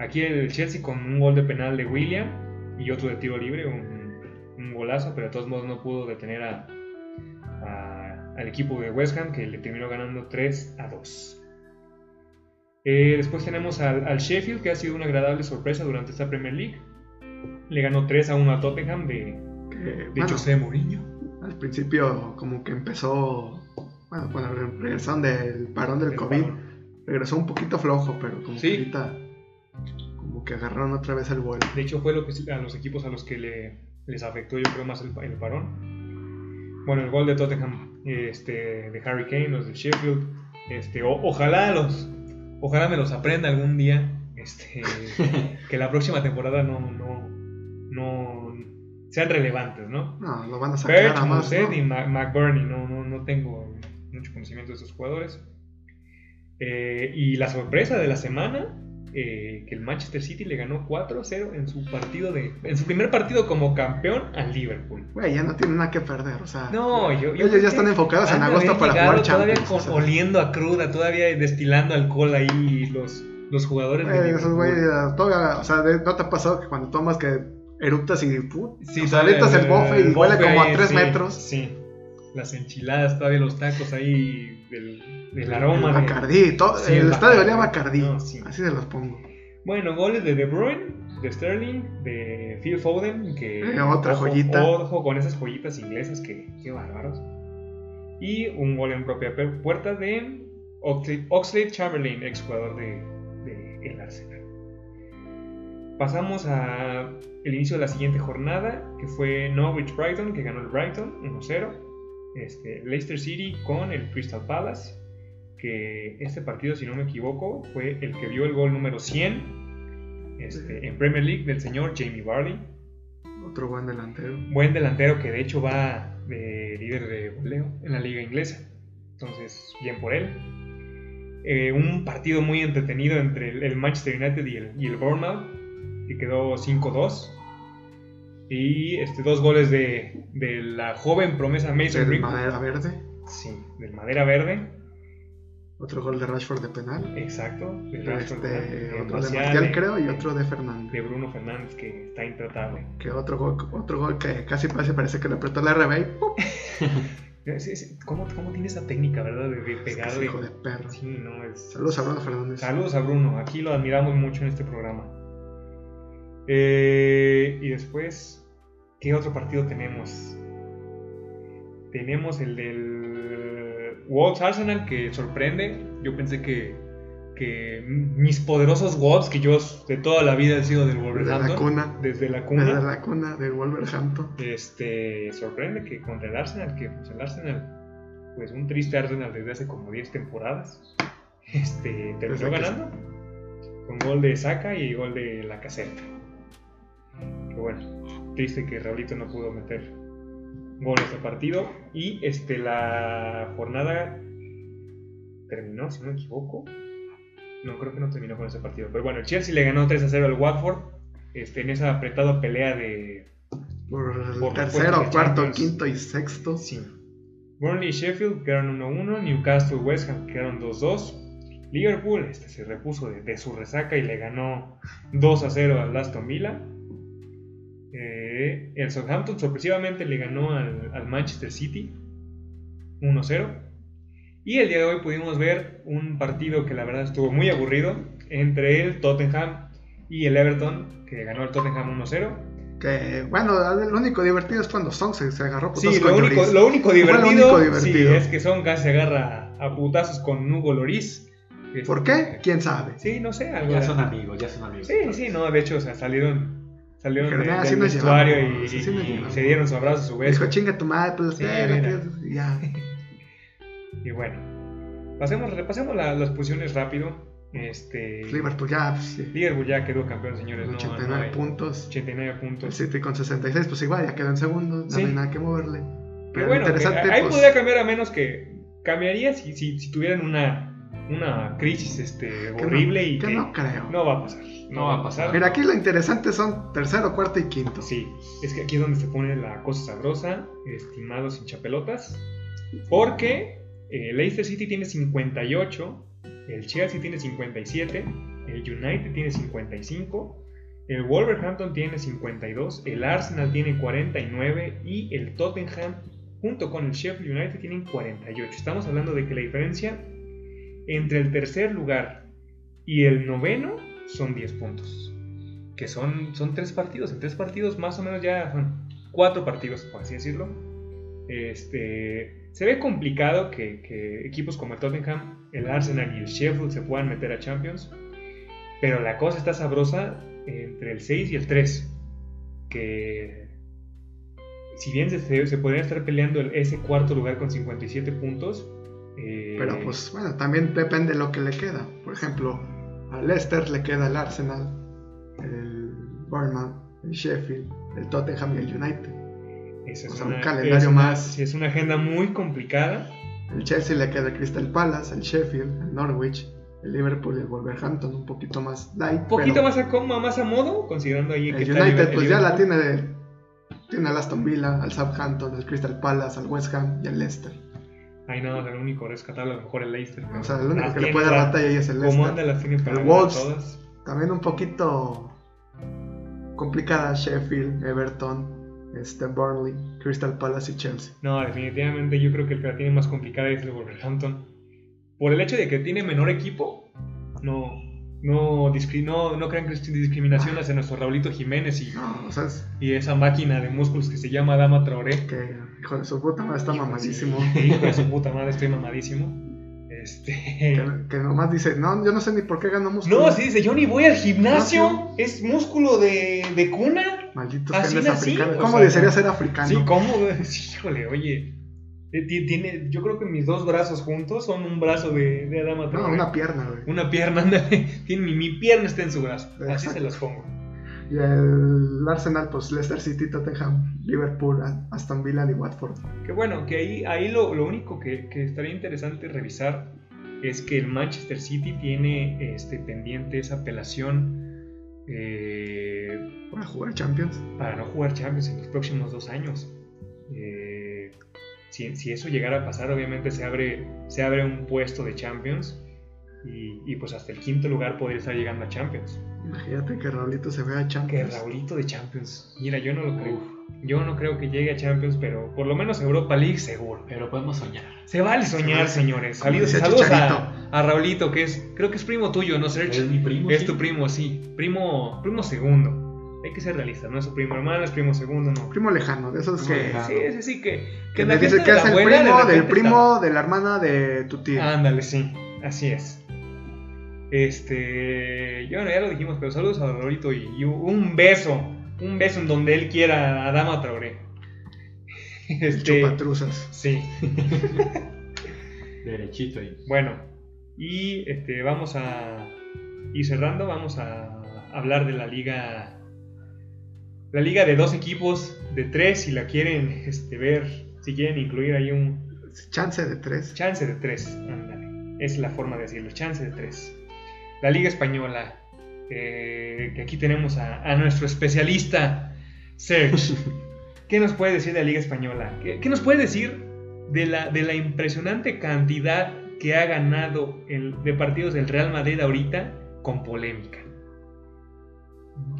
Aquí el Chelsea con un gol de penal de William y otro de tiro libre, un, un golazo, pero de todos modos no pudo detener a- a- al equipo de West Ham que le terminó ganando 3 a 2. Eh, después tenemos al, al Sheffield, que ha sido una agradable sorpresa durante esta Premier League. Le ganó 3 a 1 a Tottenham de,
Que,
de
bueno,
José Mourinho.
al principio como que empezó, bueno, cuando re- regresaron del parón del
Del
COVID,
balón.
regresó un poquito flojo, pero como
Sí.
que ahorita como que agarraron otra vez el vuelo.
De hecho, fue lo que, a los equipos a los que le- les afectó, yo creo, más el, el parón. Bueno, el gol de Tottenham, este, de Harry Kane, los de Sheffield. Este, o- ojalá los, ojalá me los aprenda algún día. Este, que la próxima temporada no, no, no sean relevantes, ¿no?
No, lo van a sacar
Birch,
a más.
Mousset
¿no?
y Ma- McBurney. No, no, no tengo mucho conocimiento de esos jugadores. Eh, y la sorpresa de la semana, eh, que el Manchester City le ganó 4-0 en su partido de, en su primer partido como campeón al Liverpool.
Güey, ya no tienen nada que perder, o sea.
No, yo, yo
Ah, Ellos
creo
ya están
que
enfocados en
han de haber
agosto para
Ah, llegado
jugar
todavía
Champions.
con-
o sea.
oliendo a cruda, todavía destilando alcohol ahí los, los jugadores
Güey,
de
esos
Liverpool.
güeyes, todavía, o sea, de- ¿no te ha pasado que cuando tomas que eructas y put?
Sí,
o sea,
todavía
avientas el bofe y huele como a
ahí,
3
sí,
metros.
Sí, las enchiladas, todavía los tacos ahí, el, el
El
aroma. de-
Bacardí, todo,
Sí,
el
el
estadio olía a
Bacardí.
Bacardí.
No, sí.
Así se los pongo.
Bueno, goles de De Bruyne, de Sterling, de Phil Foden, que...
Eh, otra joyita.
Ojo con esas joyitas inglesas que... ¡Qué bárbaros! Y un gol en propia pu- puerta de Oxlade, Oxlade Chamberlain, ex jugador de, de el Arsenal. Pasamos a el inicio de la siguiente jornada, que fue Norwich Brighton, que ganó el Brighton 1-0. Este, Leicester City con el Crystal Palace, que este partido, si no me equivoco, fue el que vio el gol número 100 este, en Premier League del señor Jamie Vardy.
Otro buen delantero.
Buen delantero que de hecho va de líder de goleo en la liga inglesa. Entonces, bien por él. Eh, un partido muy entretenido entre el, el Manchester United y el, y el Bournemouth, que quedó 5-2. Y este, dos goles de, de la joven promesa Mason
El
Greenwood.
madera verde.
Sí, del Madera Verde,
Otro gol de Rashford de penal.
exacto. De Rashford,
Este,
de
otro de
Marcial,
Martial,
de-
creo, y otro
de
de Fernández.
Bruno Fernández, que está intratable.
Que otro gol, otro gol que casi parece, parece que le apretó la RB y pues, ¡pum!
Es- es- ¿Cómo, cómo tiene esa técnica, verdad? De, de
Es que
pegar.
es
de-
hijo de perro.
Sí, no, es-
Saludos a Bruno Fernández.
Saludos a Bruno, aquí lo admiramos mucho en este programa. Eh, y después, ¿qué otro partido tenemos? Tenemos el del Wolves Arsenal que sorprende. Yo pensé que, que mis poderosos Wolves, que yo de toda la vida he sido del
Desde la
Wolverhampton,
cuna.
desde la cuna,
Desde la cuna del Wolverhampton.
este, sorprende que contra el Arsenal, que pues, el Arsenal, pues un triste Arsenal desde hace como 10 temporadas, este, terminó
Desde que-
ganando con gol de Saka y gol de la caseta. Que bueno, triste que Raulito no pudo meter gol este partido. Y este, la jornada terminó, si no me equivoco. No, creo que no terminó con ese partido. Pero bueno, el Chelsea le ganó 3 a 0 al Watford. Este, en esa apretada pelea de,
Por el
Por
tercero,
puestos de
cuarto,
Champions.
quinto y sexto.
Sí. Burnley y Sheffield quedaron 1-1, Newcastle y West Ham quedaron 2-2. Liverpool este, se repuso de, de su resaca y le ganó 2-0 al Aston Villa. Eh, el Southampton sorpresivamente le ganó al, al Manchester City 1-0. Y el día de hoy pudimos ver un partido que la verdad estuvo muy aburrido entre el Tottenham y el Everton, que ganó el Tottenham 1-0.
Que bueno, lo único divertido es cuando Song se, se agarró por
Sí, lo único, lo único
Fue lo
divertido,
único
sí,
divertido.
es que Son casi se agarra a putazos con Hugo Loris. Este,
¿Por qué? ¿Quién sabe?
Sí, no sé, algo.
Ya
de-
son amigos, ya son amigos.
Sí, sí, no, de hecho, o sea, salieron, salieron
Pero
de-
nada, sí
del
nos
vestuario
llevamos,
y,
sí, sí nos
y
llevamos.
se dieron su abrazo, su beso.
Dijo, chinga tu madre, pues
Sí,
espérate",
mira.
y ya.
*laughs* Y bueno, pasemos, repasemos la- las posiciones rápido. Este,
Liverpool ya, pues, sí,
Liverpool ya quedó campeón, señores. no- no
89
hay-
puntos.
89
El
puntos.
City con 66, pues igual, ya quedó en segundo, no
Sí.
hay nada que moverle.
Pero
Pero
bueno, que
interesante,
ahí
pues,
podría cambiar a menos que cambiaría si, si, si tuvieran una, una crisis este,
que no-
horrible y
que
que
no creo.
no va a pasar.
No va a pasar.
Mira, aquí lo interesante son tercero, cuarto y quinto.
Sí, es que aquí es donde se pone la cosa sabrosa, estimados hinchapelotas, porque eh, Leicester City tiene 58, el Chelsea tiene 57, el United tiene 55, el Wolverhampton tiene 52, el Arsenal tiene 49 y el Tottenham junto con el Sheffield United tienen 48. Estamos hablando de que la diferencia entre el tercer lugar y el noveno son 10 puntos. Que son, son tres partidos. En tres partidos más o menos ya son cuatro partidos, por así decirlo. Este, se ve complicado que, que equipos como el Tottenham, el Arsenal y el Sheffield se puedan meter a Champions. Pero la cosa está sabrosa entre el 6 y el 3. Que si bien se, se podría estar peleando el- ese cuarto lugar con 57 puntos. eh,
Pero pues bueno, también depende de lo que le queda. Por ejemplo, a Leicester le queda el Arsenal, el Bournemouth, el Sheffield, el Tottenham y el United.
Esa
O
es
sea, un
una-
calendario
es una-
más.
sí, es una agenda muy complicada.
El Chelsea le queda el Crystal Palace, el Sheffield, el Norwich, el Liverpool y el Wolverhampton, un poquito más light.
Un poquito
pero
más a coma, más a modo, considerando ahí que
El
está
United
Liber-
pues ya la
Liverpool.
tiene de- Tiene al Aston Villa, al Southampton, al Crystal Palace, al West Ham y al Leicester.
Ahí nada más el único rescatable, a lo mejor el Leicester. pero
O sea, el único
las
que le
tiene
puede dar
para-
batalla ahí es el
Como
Leicester.
anda las tiene para ganar
Wolves.
todas.
También un poquito complicada Sheffield, Everton, este, Burnley, Crystal Palace y Chelsea.
No, definitivamente yo creo que el que la tiene más complicada es el Wolverhampton. Por el hecho de que tiene menor equipo, no, No, discri- no, no crean cris- discriminación hacia nuestro Raulito Jiménez y,
No, o sea, es
y esa máquina de músculos que se llama Dama Traoré.
que, hijo de su puta madre, Ah, está mamadísimo.
*laughs* Hijo de su puta madre, estoy mamadísimo. Este. *laughs*
Que, que nomás dice, no, yo no sé ni por qué ganamos.
No, sí dice, yo ni voy al
Ah,
gimnasio, es músculo de, de cuna.
Malditos
Así
genes
nací,
africanos.
o
¿Cómo
sea,
desearía ser africano?
Sí, ¿cómo? *laughs* güey? Sí, Híjole, oye. Eh, ti- Tiene, yo creo que mis dos brazos juntos son un brazo de, de Adama
no,
Traoré.
una pierna, güey.
Una pierna, *laughs* ándale. Tiene, mi, mi pierna está en su brazo. Así
Exacto.
se los pongo.
Y el Arsenal, pues Leicester City, Tottenham, Liverpool, A- Aston Villa y Watford.
Que bueno, que ahí, ahí lo, lo único que, que estaría interesante revisar es que el Manchester City tiene este, pendiente esa apelación eh,
Para jugar Champions.
para no jugar Champions en los próximos dos años. Eh, si, si eso llegara a pasar, obviamente se abre, se abre un puesto de Champions y, y pues hasta el quinto lugar podría estar llegando a Champions.
Imagínate que Raulito se vea a
Que
Champions.
Raulito de Champions. Mira, yo no lo creo. Yo no creo que llegue a Champions, pero por lo menos Europa League seguro.
Pero podemos soñar.
Se vale soñar,
Se
señores.
Como
Saludos,
decía
saludos a,
Chicharito.
a Raulito, que es, creo que es primo tuyo, ¿no,
Es
Serge?
mi primo.
Es
sí.
tu primo, sí. Primo, primo segundo. Hay que ser realistas, no es su primo hermano, es primo segundo, no.
Primo lejano, de esos
Primo
que.
lejano.
Sí, ese sí que.
Que
la
me dice
gente
que
de
es
la Ah,
el
abuela de
primo
repente
del
está-
primo de la hermana de tu tía.
Ándale, sí, así es. Este. Yo, bueno, ya lo dijimos, pero saludos a Raulito y, y un beso. Un beso en donde él quiera a Dama Traoré. *laughs*
el
Este.
Chupatruzas.
Sí.
Derechito ahí.
Bueno, y este, vamos a ir cerrando, vamos a hablar de la liga, la liga de dos equipos, de tres, si la quieren este, ver, si quieren incluir ahí un
Chance de tres.
chance de tres, ándale, es la forma de decirlo, chance de tres. La liga española, eh, que aquí tenemos a, a nuestro especialista, Serge. ¿Qué nos puede decir de la Liga Española? ¿Qué, qué nos puede decir de la, de la impresionante cantidad que ha ganado el, de partidos del Real Madrid ahorita con polémica?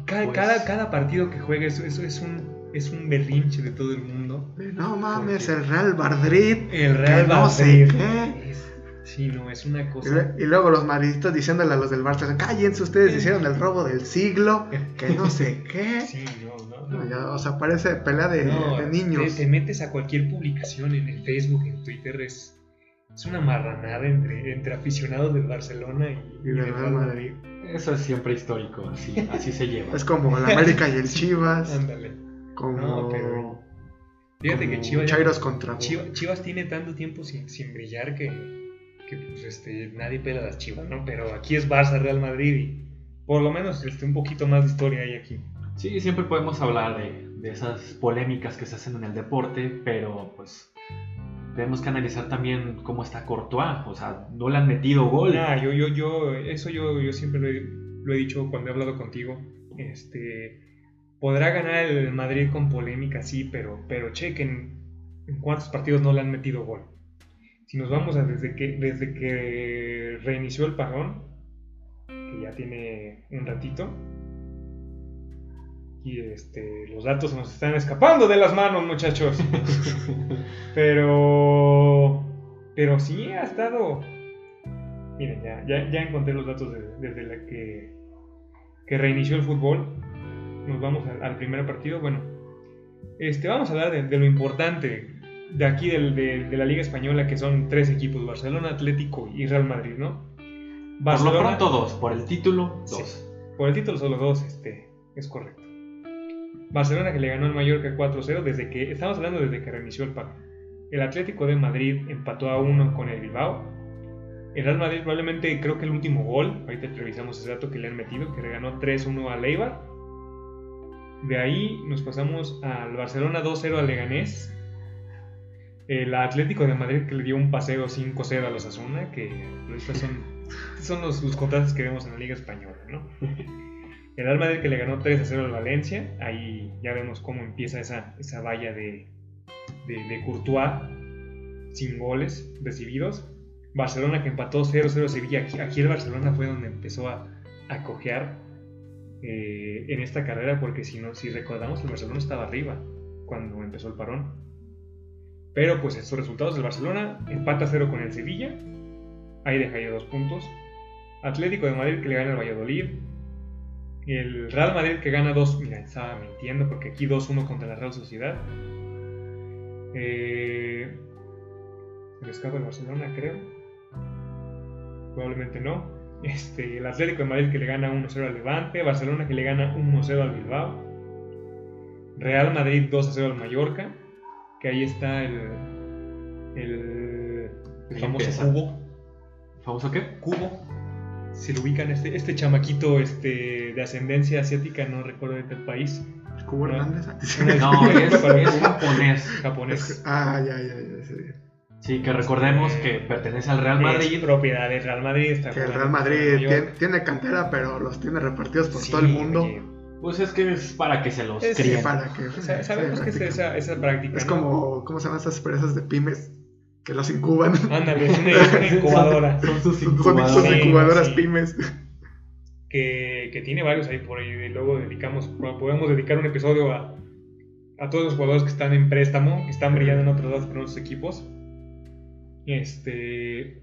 Ca- Cada,
Pues-
cada, partido que juega es, es- es un, es un berrinche de todo el mundo.
De, No mames,
Porque-
el Real Madrid.
El Real
Que no
Madrid.
sé qué.
es- sí, no, es una
Y,
cosa.
lue- y luego los madridistas diciéndole a los del Barça, cállense ustedes, hicieron el robo del siglo, que no sé *laughs* qué.
Sí, no, no, no.
No, ya, o sea, parece pelea de,
No,
de niños.
Te, te metes a cualquier publicación en el Facebook, en Twitter, es, es una marranada entre, entre aficionados del Barcelona y,
Y del
del
Real Madrid.
Eso es siempre histórico. Así, así se
*laughs*
lleva.
Es como el América y el Chivas,
Ándale.
como,
No, pero- Fíjate que
como
Chivas, ya-
Chairos contra
Chivas, Chivas tiene tanto tiempo sin, sin brillar que, que, pues, este, nadie pela a las Chivas, ¿no? Pero aquí es Barça, Real Madrid y por lo menos este, un poquito más de historia hay aquí.
Sí, siempre podemos hablar de, de esas polémicas que se hacen en el deporte, pero pues tenemos que analizar también cómo está Courtois. O sea, no le han metido gol.
Nah, yo, yo, yo, eso yo, yo siempre lo he, lo he dicho cuando he hablado contigo. Este, podrá ganar el Madrid con polémica, sí, pero, pero chequen en cuántos partidos no le han metido gol. Si nos vamos a desde que, desde que reinició el parón, que ya tiene un ratito, y este, los datos nos están escapando de las manos,
*laughs*
muchachos. Pero. Pero sí ha estado. Miren, ya, ya, ya encontré los datos de- desde la que, que reinició el fútbol. Nos vamos al, al primer partido. Bueno, este, vamos a hablar de, de lo importante de aquí del- de, de la Liga Española, que son tres equipos: Barcelona, Atlético y Real Madrid, ¿no?
Por lo
Barcelona,
pronto dos, por el título dos.
Sí. por el título solo dos, este, es correcto. Barcelona que le ganó al Mallorca 4-0 desde que, estamos hablando desde que reinició el pack. El Atlético de Madrid empató a 1 con el Bilbao. El Real Madrid probablemente creo que el último gol, ahorita revisamos ese dato que le han metido, que le ganó 3-1 al Eibar. De ahí nos pasamos al Barcelona 2-0 al Leganés. El Atlético de Madrid que le dio un paseo 5-0 a los Asuna, que pues, estos son, son los, los contrastes que vemos en la Liga Española, ¿no? El Real Madrid que le ganó 3 a 0 al Valencia. Ahí ya vemos cómo empieza esa, esa valla de, de, de Courtois sin goles recibidos. Barcelona que empató 0-0 a Sevilla. Aquí, aquí el Barcelona fue donde empezó a, a cojear eh, en esta carrera porque si, no, si recordamos el Barcelona estaba arriba cuando empezó el parón. Pero pues estos resultados del Barcelona empata 0 con el Sevilla. Ahí deja ya dos puntos. Atlético de Madrid que le gana al Valladolid. El Real Madrid que gana 2. Mira, estaba mintiendo porque aquí 2-1 contra la Real Sociedad. Eh, se me escapa el Barcelona, creo. Probablemente no. Este, el Atlético de Madrid que le gana 1-0 al Levante. Barcelona que le gana 1-0 al Bilbao. Real Madrid 2-0 al Mallorca. Que ahí está el, el, el famoso
Limpieza.
cubo. *laughs*
¿Famoso qué?
Cubo. Si lo ubican, este, este chamaquito este, de ascendencia asiática, no recuerdo ahorita el país,
¿Cubo
Ah. *laughs* No.
Hernández?
No, es, es japonés.
japonés.
*laughs* Ah, ya, ya, ya. sí.
Sí, que recordemos que pertenece al *laughs* Real
Es
Madrid.
propiedad del Real Madrid. está
Que el
jugando
Real
contra
Madrid
Mallorca.
tiene, tiene cantera, pero los tiene repartidos por
Sí,
todo el mundo.
oye,
Pues es que es para que se los
Es-
Sí,
críen. *laughs*
para que,
sa- sabemos
sí,
que es
prácticamente.
esa, esa práctica.
Es
¿no?
como, ¿cómo se llaman esas empresas de pymes que los incuban? *laughs*
Ándale, es una, es una incubadora
Son sus
Son- Son
incubadoras.
son
Sí,
incubadoras
sí.
pymes. *laughs*
que, que tiene varios ahí por ahí. Y luego dedicamos, podemos dedicar un episodio a, a todos los jugadores que están en préstamo, que están brillando en otros lados con otros equipos. Este.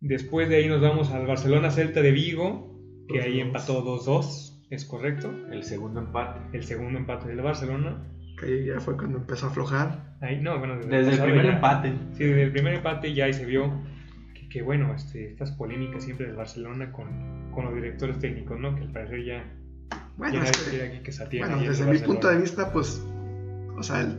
Después de ahí nos vamos al Barcelona Celta de Vigo, que ahí
2-2.
empató 2-2, es correcto.
El segundo empate.
El segundo empate del Barcelona.
Que ahí ya fue cuando empezó a aflojar.
Ahí, no, bueno,
Desde el
pasado
primer
ya-
empate.
Sí, desde el primer empate ya ahí se vio que, que, bueno, este, estas polémicas siempre del Barcelona con, con los directores técnicos, ¿no? Que al parecer ya,
Bueno,
ya
es
nadie
que-
quiere este aquí que se atienda.
bueno
y el
desde mi
Barcelona.
punto de vista, pues, o sea, el,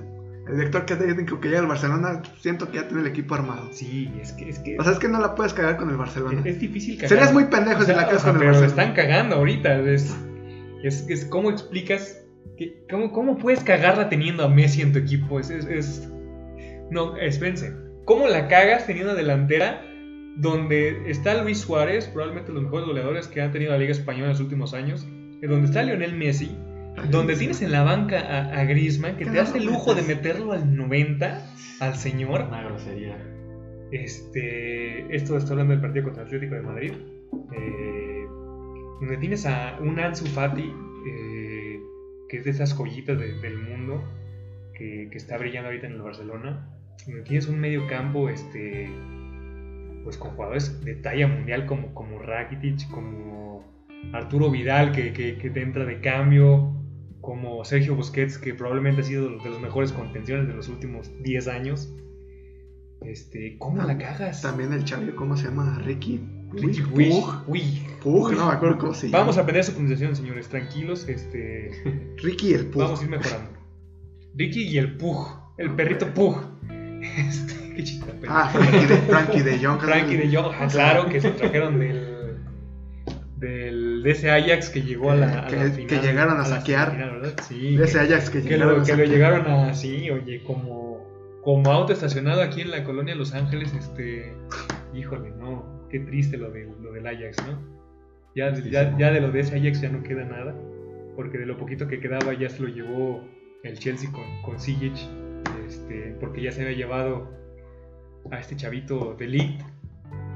el director que técnico que llega al Barcelona, siento que ya tiene el equipo armado.
Sí, es que, es, que
O sea, es que no la puedes cagar con el Barcelona.
es, es difícil cagar.
Serías muy pendejo
O sea,
si
o
la cagas
sea,
con el
pero lo
Barcelona.
están cagando ahorita. Es, es, es cómo explicas, que, cómo, cómo puedes cagarla teniendo a Messi en tu equipo. Es, es, es- No, espérense. ¿Cómo la cagas teniendo una delantera donde está Luis Suárez, probablemente los mejores goleadores que ha tenido la Liga Española en los últimos años, eh, donde está Lionel Messi, donde tienes en la banca a, a Griezmann, que
Que
te
no
hace el
lo
lujo de
metes.
meterlo al 90, al señor.
Una grosería.
Este, esto está hablando del partido contra el Atlético de Madrid, eh, donde tienes a un Ansu Fati, eh, que es de esas joyitas de- del mundo, que, que está brillando ahorita en el Barcelona, donde tienes un medio campo este, pues con jugadores de talla mundial como, como Rakitic, como Arturo Vidal, que, que, que te entra de cambio, como Sergio Busquets, que probablemente ha sido de los mejores contenciones de los últimos 10 años. Este, ¿Cómo la cagas?
También el chavio, ¿cómo se llama? Ricky.
Uy,
Puig,
uy,
Puig,
uy.
Puig, no me acuerdo cómo se llama.
Vamos a perder su pronunciación, señores, tranquilos, este,
Ricky el Pug.
vamos a ir mejorando. Ricky y el Pug, el perrito Pug. *laughs* Este, qué chiste tan
Ah, Frankie de, Frankie de
*laughs*
Jong.
Frankie de Jong, ah, claro, que se trajeron del, del de ese Ajax que llegó a la, a la
Que- que
final.
llegaron a
la
saquear.
semifinal, ¿verdad? Sí,
De ese
que,
Ajax que,
que
llegaron.
lo,
a
que lo
sacar.
llegaron a, sí, oye, como, como auto estacionado aquí en la colonia Los Ángeles, este, híjole, no, qué triste lo, del- lo del Ajax, ¿no? Ya, ya, ya de lo de ese Ajax ya no queda nada, porque de lo poquito que quedaba ya se lo llevó el Chelsea con, con Sijic, este, porque ya se había llevado a este chavito de Ligt,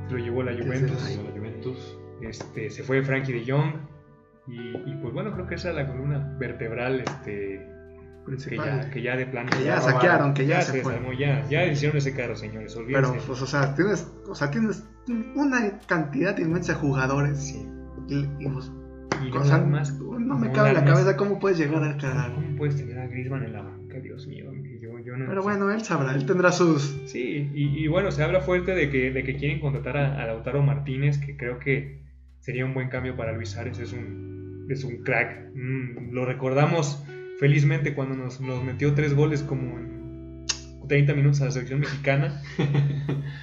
se lo llevó la
Desde
Juventus,
la-
La Juventus.
este, se fue Frankie de Jong, y, y pues bueno, creo que esa es la columna vertebral este, que,
Principal.
ya, que ya de plano.
Que ya
robaron,
saquearon, que ya se fue.
desarmó, ya, ya hicieron ese carro, señores, olvídense.
Pero, pues, o sea, tienes, o sea, tienes una cantidad inmensa de jugadores.
Sí.
Y, y, pues,
Y
o
no
sea,
nada más.
no me
no
cabe
nada
en la
más.
cabeza cómo puedes llegar a aclarar.
¿Cómo puedes tener a Griezmann en la banca? Dios mío, yo, yo no
Pero bueno, él sabrá, él tendrá sus.
Sí, y, y bueno, se habla fuerte de que, de que quieren contratar a, a Lautaro Martínez, que creo que sería un buen cambio para Luis Suárez, es un, es un crack. Mm, lo recordamos felizmente cuando nos, nos metió tres goles como en 30 minutos a la selección
*laughs*
mexicana.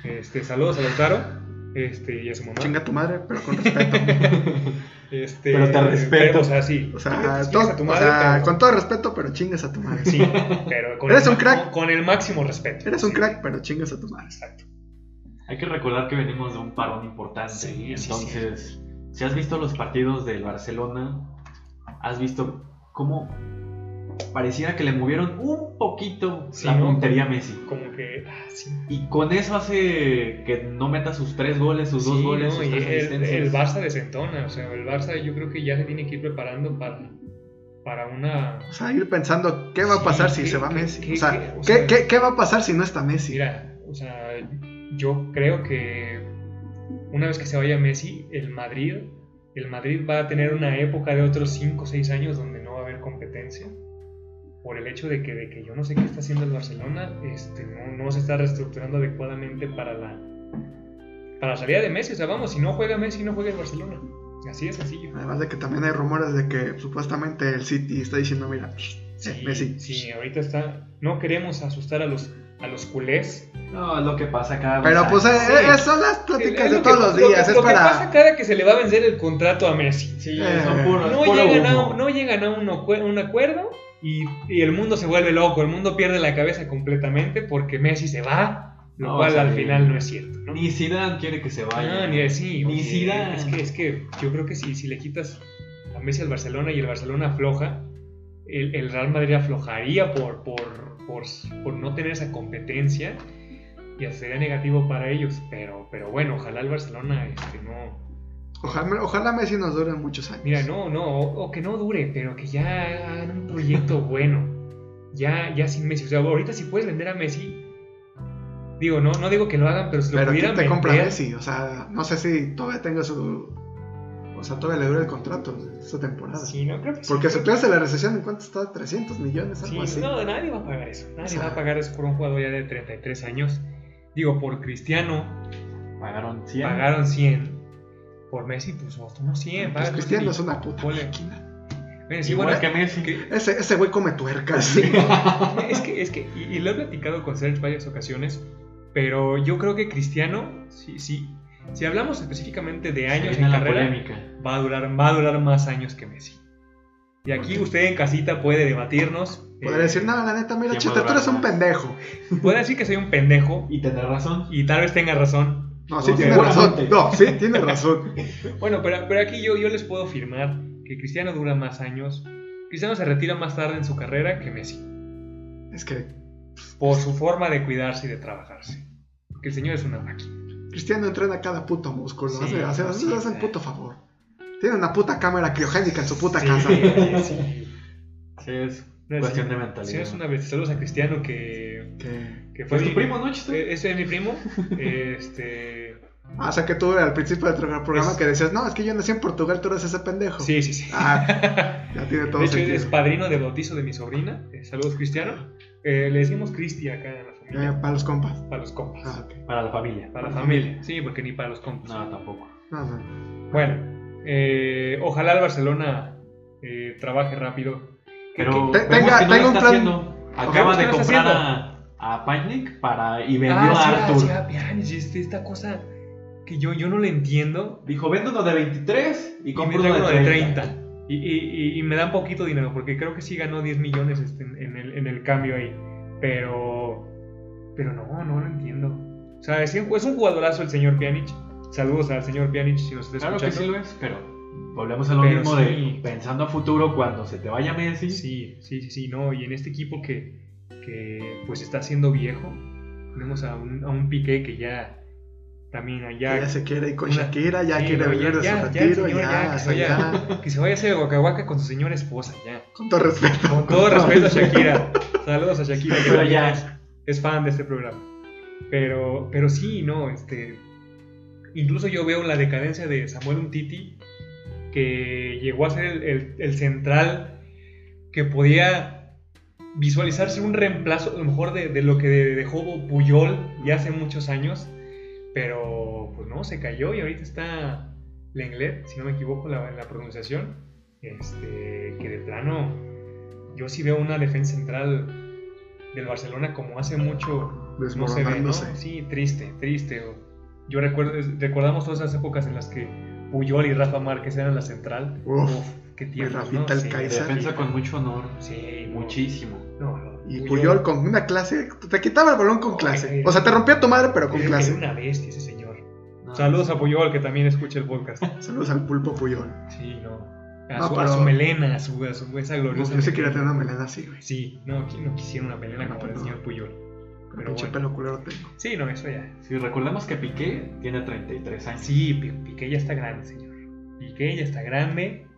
Este, saludos a Lautaro este, y a su mamá.
Chinga tu madre, pero con respeto.
Este,
Pero te respeto.
pero, o sea, sí. *laughs*
O
Chingas
sea,
a
todo-
tu
o
madre,
sea,
pero-
con todo respeto, pero chingas a tu madre.
Sí, pero con
Eres
el
un
ma-
crack.
Con el máximo respeto.
Eres un
Sí.
crack, pero chingas a tu madre.
Exacto.
Hay que recordar que venimos de un parón importante.
Sí, sí,
entonces, si has visto los partidos del Barcelona, has visto cómo pareciera que le movieron un poquito
Sí,
la
¿no?
puntería a Messi.
Como que, ah, sí.
Y con eso hace que no meta sus tres goles, sus dos
Sí,
goles,
no,
sus
y
tres
el,
asistencias.
el Barça desentona, o sea, el Barça yo creo que ya se tiene que ir preparando para, para una...
O sea, ir pensando qué va a
Sí,
pasar si
¿qué-
se va
qué-
Messi.
qué-
o sea,
qué- o
¿qué,
sea-
qué- qué va a pasar si no está Messi?
Mira, o sea, yo creo que una vez que se vaya Messi, el Madrid, el Madrid va a tener una época de otros 5 o 6 años donde no va a haber competencia. Por el hecho de que, de que yo no sé qué está haciendo el Barcelona, este, no, no se está reestructurando adecuadamente para la, para la salida de Messi. O sea, vamos, si no juega Messi, no juega el Barcelona. Así de sencillo.
Además de que también hay rumores de que supuestamente el City está diciendo, mira, eh, Messi.
sí, ahorita está. No queremos asustar a los, a los culés
No, es lo que pasa cada
Pero
dos
pues
años.
eh, eh, son
Es
las
lo
pláticas de
que-
todos
lo
los
que-
días, es
lo que
para...
pasa cada que se le va a vencer el contrato a Messi.
Sí,
Eh,
son puros,
No
puro
llegan, a,
humo.
no llegan a un, acue- un acuerdo y, y el mundo se vuelve loco, el mundo pierde la cabeza completamente porque Messi se va, lo
No,
cual
o sea,
al
ni-
final no es cierto. ¿no?
Ni Zidane quiere que se vaya.
Ah, ni sí,
Ni
oye,
Zidane.
es, que, es que yo creo que si, si le quitas a Messi al Barcelona y el Barcelona afloja, el, el Real Madrid aflojaría por, por, por, por no tener esa competencia y sería negativo para ellos. Pero, pero bueno, ojalá el Barcelona este, no,
Ojalá, ojalá Messi nos dure muchos años.
Mira, no, no, o, o que no dure, pero que ya hagan un
*laughs*
proyecto bueno. Ya, ya sin Messi. O sea, ahorita si puedes vender a Messi, digo, no, no digo que lo hagan, pero si lo
Pero
pudieran
¿quién te compra
vender,
Messi? O sea, no sé si todavía tenga su... O sea, todavía le dura el contrato esta temporada.
Sí, no, creo que sí.
Porque su clase de la recesión, ¿en cuánto está? ¿300 millones?
Sí,
Algo así.
Pues no, nadie va a pagar eso. Nadie
O sea-
va a pagar eso por un jugador ya de 33 años. Digo, por Cristiano
Pagaron 100.
pagaron 100. Por Messi, pues unos 100.
Pues
pagas
Cristiano
unos
es una puta
Ponle.
máquina.
Bueno, sí,
Igual
bueno,
que Messi.
Ese, ese güey come tuercas.
Es que, es que, y, y lo he platicado con Serge varias ocasiones, pero yo creo que Cristiano, sí, sí, si hablamos específicamente de años
Viene
en
la
carrera,
polémica.
va a, durar, va a durar más años que Messi. Y aquí usted en casita puede debatirnos. eh,
Podría decir, no, la neta, mira,
¿Quién
chita, tú
madura
eres un
más?
pendejo.
Puede decir que soy un pendejo
Y tener razón.
y tal vez tenga razón.
No, sí,
No,
tiene razón.
seguramente.
No, sí, tiene razón.
Bueno, pero, pero aquí yo, yo les puedo afirmar que Cristiano dura más años. Cristiano se retira más tarde en su carrera que Messi.
Es que
Por su forma de cuidarse y de trabajarse. Porque el señor es una máquina.
Cristiano entrena cada puto músculo.
Sí,
hace, hace,
sí,
hace el
sí.
puto favor. Tiene una puta cámara criogénica en su puta
Sí, *laughs*
casa.
sí, sí.
Sí, es
No, es-
cuestión de
Sí,
mentalidad.
es una vez. Saludos a Cristiano que,
Que-
que fue
Pues
mi-
tu primo, ¿no, chiste?
eh, Ese es mi
*laughs*
primo. este.
Ah, o sea que tú al principio del programa
Es-
que decías, no, es que yo nací en Portugal, tú eres ese pendejo.
Sí, sí, sí. *laughs*
Ah, ya tiene todo
de hecho,
sentido.
es padrino de bautizo de mi sobrina. Eh, saludos, Cristiano. Eh, le decimos Cristi acá en la
Eh,
familia.
para los compas.
Para los compas.
Ah, ok.
Para la familia.
para la familia. Sí, porque ni para los compas.
No, tampoco.
No, no.
Bueno, eh, ojalá el Barcelona eh, trabaje rápido. Que-
Pero
que-
Te-
vemos
tenga-
que no
tenga
lo
un
está
plan.
haciendo. Acaba
Ojalá que
de
no lo esté
comprar a, a Panic para y vendió
Ah,
a
sí,
Arthur.
sí, ah, Pjanic, este, esta cosa que yo, yo no le entiendo.
Dijo, vendo uno de 23 y
y me
compro
trae
uno de 30.
Y, y- y- y me dan poquito dinero, porque creo que sí ganó 10 millones este, en, en el, en el cambio ahí. Pero. Pero no, no lo entiendo. O sea, es, un- es un jugadorazo el señor Pjanic. Saludos al señor Pjanic si nos está
Claro que
escuchando.
sí lo es, pero volvemos a lo
Pero
mismo
sí.
de pensando a futuro cuando se te vaya Messi.
Sí, sí, sí, sí, no. Y en este equipo que, que pues está siendo viejo, tenemos a un, a un Piqué que ya. También allá.
Que ya se quiere ir con
Una-
Shakira, ya
sí,
quiere
no,
vivir de
ya-
su
ya, el
retiro,
señor, ya,
ya,
que
o
se
sea, ya,
*laughs* Que se vaya a hacer guacahuaca con su señora esposa, ya.
Con todo respeto.
Con todo respeto a Shakira. Saludos a Shakira, que
Pero
también
ya.
es, es fan de este programa. Pero, pero sí, no, este. Incluso yo veo la decadencia de Samuel Untiti, que llegó a ser el, el- el central que podía visualizarse un reemplazo, a lo mejor, de, de lo que dejó Puyol ya hace muchos años. Pero, pues no, se cayó y ahorita está Lenglet, si no me equivoco la- en la pronunciación. Este, que de plano, yo sí veo una defensa central del Barcelona como hace mucho no se ve, ¿no?
Desmoronándose.
Sí, triste, triste. o- Yo recuerdo, es- recordamos todas esas épocas en las que Puyol y Rafa Márquez eran la central.
Uf,
qué tiempos,
Rafita el
Sí,
De
Kaiser.
defensa con mucho honor.
Sí, no,
Muchísimo.
no, no,
Y Puyol con una clase, te quitaba el balón con
Ay,
clase.
ay,
O sea, te rompía tu madre, pero con
era- era
clase.
una bestia ese señor.
No,
Saludos a Puyol, que también escucha el podcast.
Saludos al pulpo Puyol.
Sí, no. A,
No,
su, a
pero-
su melena, a su, a su- esa
Yo
gloriosa.
sí quería
melena.
tener una melena así, güey.
Sí, no, qui- no quisiera una melena
No,
como el
no.
señor Puyol.
Pero
Pero
pinche
bueno.
pelo culero tengo.
Sí, no, eso ya.
Sí, recordemos que Piqué tiene 33 años.
Sí, Pi- Piqué ya está grande, señor. Piqué ya está grande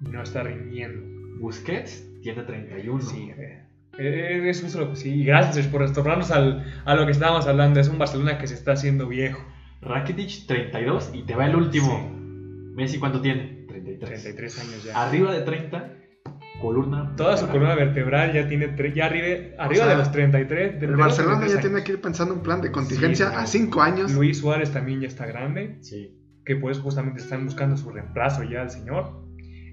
y no está rindiendo.
Busquets tiene 31.
Sí, eh, eh, eso es lo que sí. Y Gracias por retornarnos al, a lo que estábamos hablando. Es un Barcelona que se está haciendo viejo.
Rakitic 32 y te va el último. Messi, ¿cuánto tiene? 33.
33 años ya.
Arriba de 30, columna.
Toda su
vertebral.
columna vertebral ya tiene tre- ya arriba, arriba
sea,
de los 33. de- de
El
los
Barcelona
33
ya tiene
años.
que ir pensando un plan de contingencia
Sí,
a
claro.
5 años.
Luis Suárez también ya está grande,
Sí.
que por eso justamente están buscando su reemplazo ya al señor.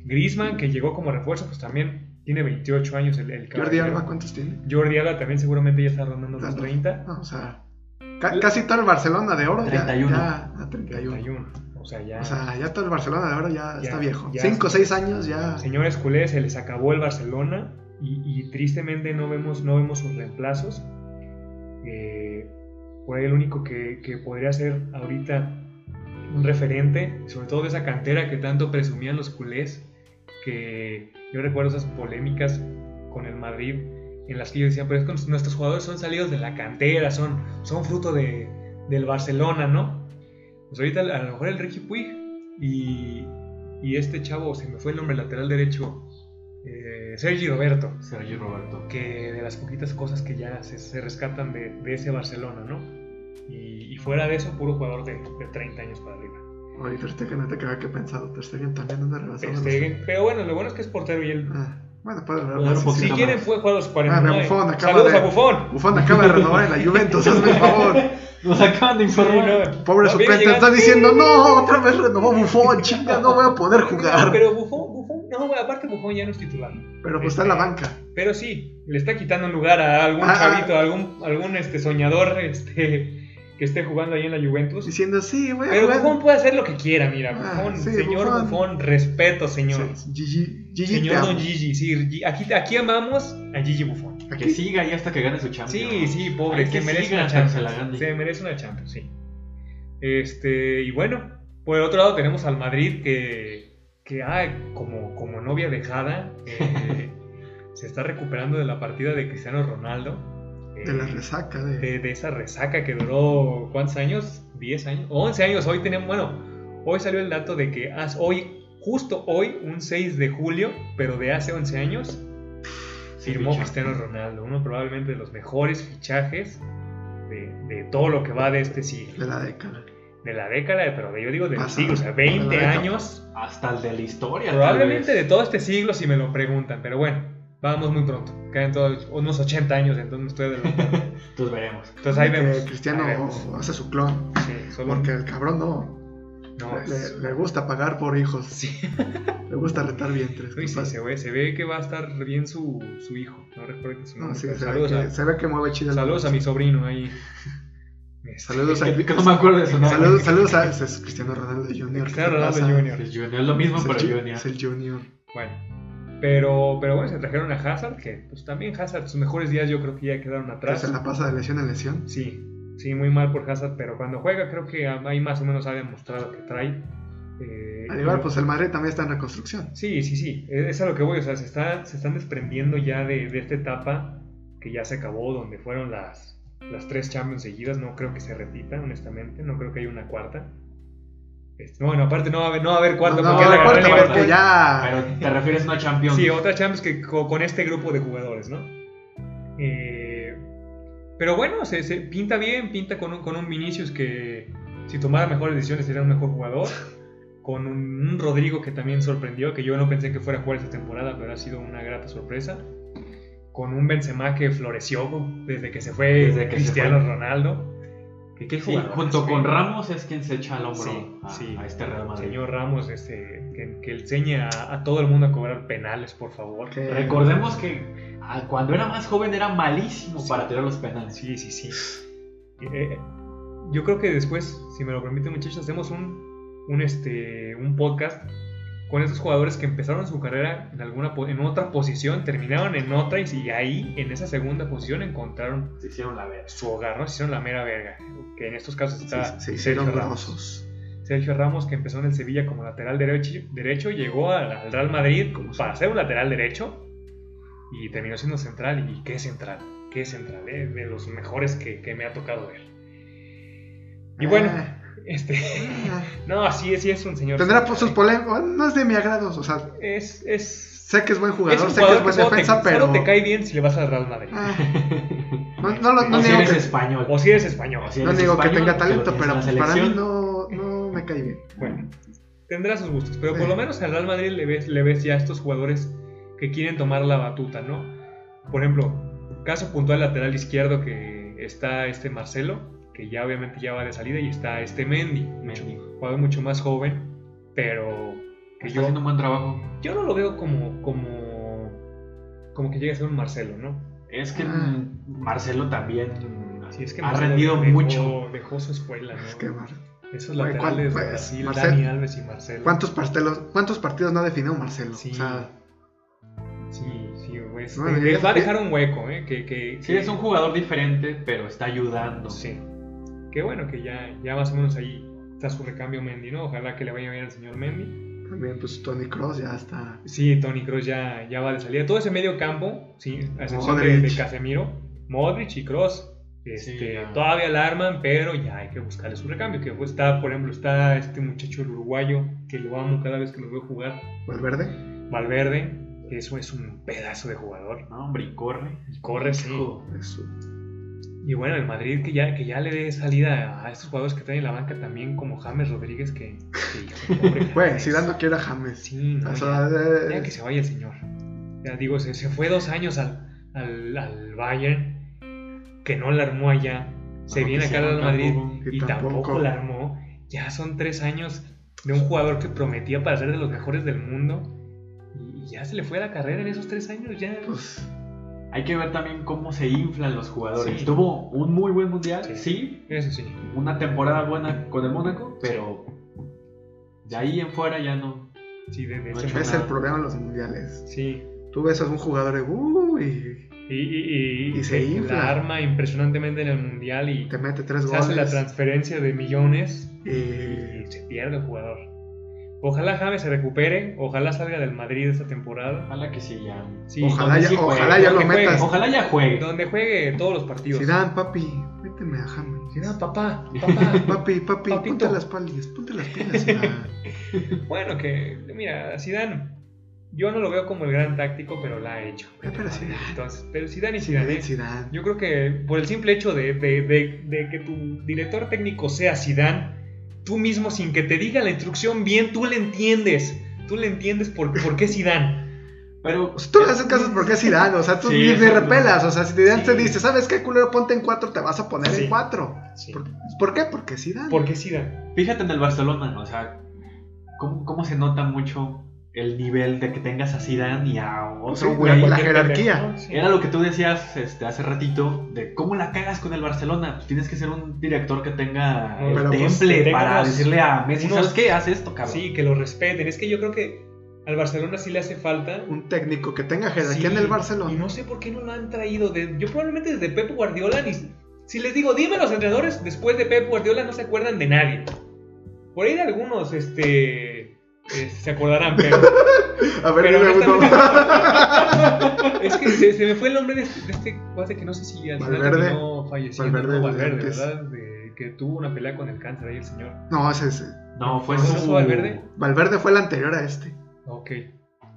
Griezmann, que llegó como refuerzo, pues también tiene 28 años el, el
Jordi
caballero.
Alba, ¿cuántos tiene?
Jordi Alba también seguramente ya está rondando los
Tanto.
30.
No, o sea, ca- casi todo el Barcelona de oro ya-
31.
ya, a 31.
31. O sea, ya.
O sea, ya todo el Barcelona de ahora ya,
Ya,
está viejo.
ya.
5 o 6 años ya.
Señores culés, se les acabó el Barcelona y, y tristemente no vemos, no vemos sus reemplazos. Eh, por ahí el único que, que podría ser ahorita un referente, sobre todo de esa cantera que tanto presumían los culés, que yo recuerdo esas polémicas con el Madrid en las que yo decía, pero es que nuestros jugadores son salidos de la cantera, son, son fruto de, del Barcelona, ¿no? Pues ahorita a lo mejor el Ricky Puig y, y este chavo, se me fue el nombre lateral derecho, eh, Sergi Roberto,
Sergio Roberto.
que de las poquitas cosas que ya se, se rescatan de, de ese Barcelona, ¿no? Y, y fuera de eso, puro jugador de, de 30 años para arriba.
Oye, Ter Stegen, no te caga que he pensado. Ter Stegen también anda rebasado.
Ter
los-
Stegen, Este, pero bueno, lo bueno es que es portero y él...
Ah, bueno, puede hablar
Claro,
más,
pues,
sí,
Si
sí.
nada
quieren,
más.
fue jugar a los
Ah,
49.
Buffon, acaba
Saludos
de-
a Bufón.
Bufón acaba de renovar en la Juventus, *laughs* hazme el favor.
Nos acaban de informar.
Pobre suplente, está diciendo, no, otra vez renovó Bufón, chinga, no voy a poder jugar.
Pero Bufón, Bufón, no, güey, aparte Bufón ya no es titular.
Pero pues está en la banca.
Pero sí, le está quitando un lugar a algún
Ah.
chavito, a algún, algún este, soñador *laughs* este, que esté jugando ahí en la Juventus.
Diciendo, sí, voy a
Pero Bufón
jugar.
puede hacer lo que quiera, mira.
Ah,
Bufón,
sí,
señor
Buffon.
Bufón. respeto, señor.
Sí, Gigi, Gigi, te
Señor
amo.
Don Gigi, sí, Gigi- aquí, aquí amamos a Gigi Bufón.
Que siga y hasta que gane su Champions.
Sí, sí, pobre,
Ay,
se
que
merece
siga
una
hasta que se
Champions.
la gane.
Se merece una Champions, sí. Este, y bueno, por el otro lado tenemos al Madrid que, que ah, como, como novia dejada,
*laughs*
eh, se está recuperando de la partida de Cristiano Ronaldo. eh,
De la resaca de...
de, de esa resaca que duró, ¿cuántos años? ¿10 años? 11 años. Hoy tenemos, bueno, hoy salió el dato de que hace- hoy, justo hoy, un 6 de julio, pero de hace 11 años,
Se
firmó
fichó.
Cristiano Ronaldo, uno probablemente de los mejores fichajes de, de todo lo que va de este siglo,
De la década.
de la década, pero de- yo digo del
Pasado.
siglo, o sea,
De
20
la década.
años,
Hasta el de la historia. tal
probablemente de
vez.
todo este siglo si me lo preguntan, pero bueno, vamos muy pronto, quedan todos unos 80 años, entonces me estoy adelantando.
Entonces veremos.
Entonces Pues
*laughs*
ahí
Que
vemos. ahí
Cristiano
vemos.
hace su clon.
Sí, solo-
Porque el cabrón no.
no,
le-
es-
le, le gusta pagar por
*laughs*
hijos.
Sí.
Le gusta retar vientres.
Uy, sí,
compadre.
se, ve, se ve que va a estar bien su, su hijo. No recuerdo su
No,
nombre.
sí,
pero
se,
saludos,
ve que,
a,
se ve que mueve chido el
saludos a mi sobrino
*laughs*
ahí. Este,
Saludos a
*laughs*
Que- que *laughs* no me acuerdo de su nombre.
Saludos, saludos a ese es Cristiano Ronaldo Jr.
Cristiano
¿qué te
Ronaldo
pasa?
Jr.
Es Pues Junior, es lo mismo,
Es el
pero
ju-
Junior.
Es el Junior.
Bueno. Pero, pero bueno, se trajeron a Hazard, que pues también Hazard, sus mejores días yo creo que ya quedaron
Que
atrás.
se la pasa de lesión en lesión.
Sí, sí, muy mal por Hazard, pero cuando juega creo que ahí más o menos ha demostrado que trae. eh,
Al
y-
igual, pues el Madrid también está en reconstrucción.
Sí, sí, sí, e- es a lo que voy, o sea, se, está, se están desprendiendo ya de, de esta etapa que ya se acabó, donde fueron las, las tres Champions seguidas, no creo que se repita, honestamente, no creo que haya una cuarta. Este, bueno, aparte no va a haber, no va a haber cuarta,
no, no,
porque
la
la ganó el
cuarta
Liverpool.
porque ya.
Pero te refieres no a Champions.
Sí, otra Champions que co- con este grupo de jugadores, ¿no? Eh, pero bueno, se, se pinta bien, pinta con un, con un Vinicius que si tomara mejores decisiones sería un mejor jugador, con un, un Rodrigo que también sorprendió, que yo no pensé que fuera a jugar esta temporada, pero ha sido una grata sorpresa, con un Benzema que floreció desde que se fue
Desde que se
Cristiano
fue.
Ronaldo. Que qué
Sí,
jugadorazo,
junto
¿eh?
con Ramos es quien se echa al hombro
Sí,
a,
sí.
a este Real Madrid.
Señor Ramos, este, que, que enseñe a, a todo el mundo a cobrar penales, por favor.
que-
Recordemos que ah, cuando era más joven era malísimo
Sí.
para tirar los penales.
Sí, sí, sí. Eh, eh, yo creo que después, si me lo permiten muchachos, hacemos un, un, este, un podcast con esos jugadores que empezaron su carrera en, alguna, po- en otra posición, terminaron en otra y si ahí, en esa segunda posición, encontraron
Se hicieron la vez.
su hogar, ¿no? Se hicieron la mera verga. Que en estos casos
se,
está
se hicieron
Sergio Ramos.
grosos.
Sergio Ramos, que empezó en el Sevilla como lateral derecho, derecho llegó al, al Real Madrid
Como
para ser un lateral derecho y terminó siendo central. ¿Y qué central? ¿Qué central? eh, de los mejores que, que me ha tocado ver. Y bueno,
Ah,
este, *laughs*
ah.
no, así es, sí es un señor.
pues,
eh.
Tendrá por sus polémicas. No es de mi agrado, o sea,
Es, es,
Sé que es buen jugador,
es un
sé
jugador
que es
que solo
buen
te,
defensa, pero.
solo te cae bien si le vas al Real Madrid.
Ah, no, no, lo- no
o si
niego
eres
que,
español.
O si eres español.
o si
no
eres
niego que
español,
tenga
pero
talento, pero
tienes
pues,
la
para mí
selección.
no, no me cae bien.
Bueno, tendrá sus gustos, pero por
Sí.
lo menos al Real Madrid le ves, le ves ya a estos jugadores que quieren tomar la batuta, ¿no? Por ejemplo, caso puntual lateral izquierdo que está este Marcelo, que ya obviamente ya va de salida, y está este Mendy, mucho-
Mendy.
jugador mucho más joven, pero que
Está
yo,
haciendo un buen trabajo.
yo no lo veo como, como, como que llegue a ser un Marcelo, ¿no?
Es que
Ah.
mm, Marcelo también
Sí, es que
ha
Marcelo
rendido
dejó-
mucho.
Dejó su escuela, ¿no?
Es que, Mar-
Esos
Güey, ¿cuál-
laterales de
pues,
Brasil,
Marcelo?
Dani Alves y Marcelo.
¿cuántos, partidos, ¿Cuántos partidos no ha definido Marcelo?
Sí.
O sea,
Sí, sí, güey. este,
Bueno,
le
ya-
va a
ya-
dejar un hueco, ¿eh? Que, que,
Sí,
que-
es un jugador diferente, pero está ayudando.
Sí. Qué bueno que ya, ya más o menos ahí está su recambio Mendy, ¿no? Ojalá que le vaya bien al señor Mendy.
también, pues Tony Cross ya está.
Sí, Tony Kroos ya, ya va de salida. Todo ese medio campo, sí, a excepción de,
Modric.
de Casemiro, Modric y Kroos. Este,
Sí, ya.
todavía alarman, pero ya hay que buscarle su recambio. Que pues, está, por ejemplo, está este muchacho el uruguayo que lo amo cada vez que lo veo jugar,
Valverde.
Valverde, que eso es un pedazo de jugador.
No, hombre, y corre.
Y corre, sí.
Hijo,
es un-
Y bueno, el Madrid que ya, que ya le dé salida a estos jugadores que traen en la banca también, como James Rodríguez, que, que hijo, pobre
*laughs* Güey,
James.
si dando quiera James.
Sí, no,
O sea,
ya,
eh,
ya que se vaya el señor. Ya digo, se, se fue dos años al, al, al Bayern, que no la armó allá. Se
no
viene acá al
quisieron
Madrid
tampoco.
y
Y
tampoco.
tampoco.
la armó. Ya son tres años de un jugador que prometía para ser de los mejores del mundo. Y y ya se le fue la carrera en esos tres años. Ya.
pues,
Hay que ver también cómo se inflan los jugadores.
Sí.
Tuvo un muy buen mundial,
Sí.
sí.
Eso sí.
Una temporada buena con el Mónaco, pero de ahí en fuera ya no.
Sí, de, de
No
ese
ha hecho
modo.
es el problema en los mundiales.
Sí.
Tú ves a un jugador de. Uh, y
Y, y- y-
Y se
la
infla.
arma impresionantemente en el mundial y
te mete tres
se
goles. Eh.
hace la transferencia de millones
y
y se pierde el jugador. Ojalá James se recupere, ojalá salga del Madrid esta temporada.
Ojalá que sí ya.
Sí,
Ojalá
donde
ya-
juegue,
ojalá ya
donde
lo
juegue,
metas.
Ojalá ya juegue.
Donde juegue todos los partidos.
Zidane, papi, méteme a James. *laughs*
Zidane, *laughs* papá, papá.
Papi, papi,
Papito.
ponte las palillas, ponte las pilas. Zidane.
*laughs* bueno, que mira, Zidane, yo no lo veo como el gran táctico, pero la ha hecho.
Eh, pero Zidane.
Entonces, pero Zidane y Zidane.
Zidane,
¿eh?
Zidane.
Yo creo que por el simple hecho de, de- de- de que tu director técnico sea Zidane, tú mismo sin que te diga la instrucción bien, tú le entiendes. Tú le entiendes por, por qué Zidane.
Pero
O sea, Pues tú le haces caso porque es Zidane, o sea, tú
Sí,
ni, ni
exacto.
repelas, o sea, si Zidane te
Sí.
dice, ¿sabes qué, culero? Ponte en cuatro, te vas a poner
Sí.
en cuatro. ¿Por, por qué? Porque es Zidane.
¿Por qué Zidane?
fíjate en el Barcelona, o sea, cómo, cómo se nota mucho el nivel de que tengas a Zidane y a
Pues
otro
sí,
güey.
la- la-
Porque-
jerarquía.
Sí.
Era lo que tú decías este, hace ratito de cómo la cagas con el Barcelona. Pues tienes que ser un director que tenga
No,
el
pero, pues,
temple
que tenga
para
unos-
decirle a Messi,
unos-
¿sabes qué? Haz esto, cabrón.
Sí, que lo respeten. Es que yo creo que al Barcelona sí le hace falta.
Un técnico que tenga jerarquía
Sí,
en el
Y
Barcelona.
no sé por qué no lo han traído. de- yo probablemente desde Pep Guardiola. ni- si les digo, dime los entrenadores, después de Pep Guardiola no se acuerdan de nadie. Por ahí de algunos, este. eh, se acordarán,
*laughs*
pero.
a ver,
pero
dime uno. *laughs*
*laughs* Es que se, se me fue el nombre de este, de este cuate que no sé si al final
Valverde.
terminó falleciendo.
Valverde,
no, Valverde,
antes.
¿verdad? De- que tuvo una pelea con el cáncer ahí el señor.
no, ese es.
No, fue
¿No
su...
fue Valverde?
Valverde fue el anterior a este.
Ok.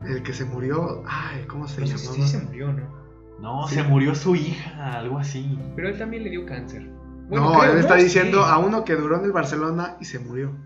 El que se murió. Ay, ¿cómo se
No sé si
llamaba?
sí se murió, ¿no?
No,
Sí.
se murió su hija, algo así.
Pero él también le dio cáncer.
no,
creo,
él está
Sí.
diciendo a uno que duró en el Barcelona y se murió.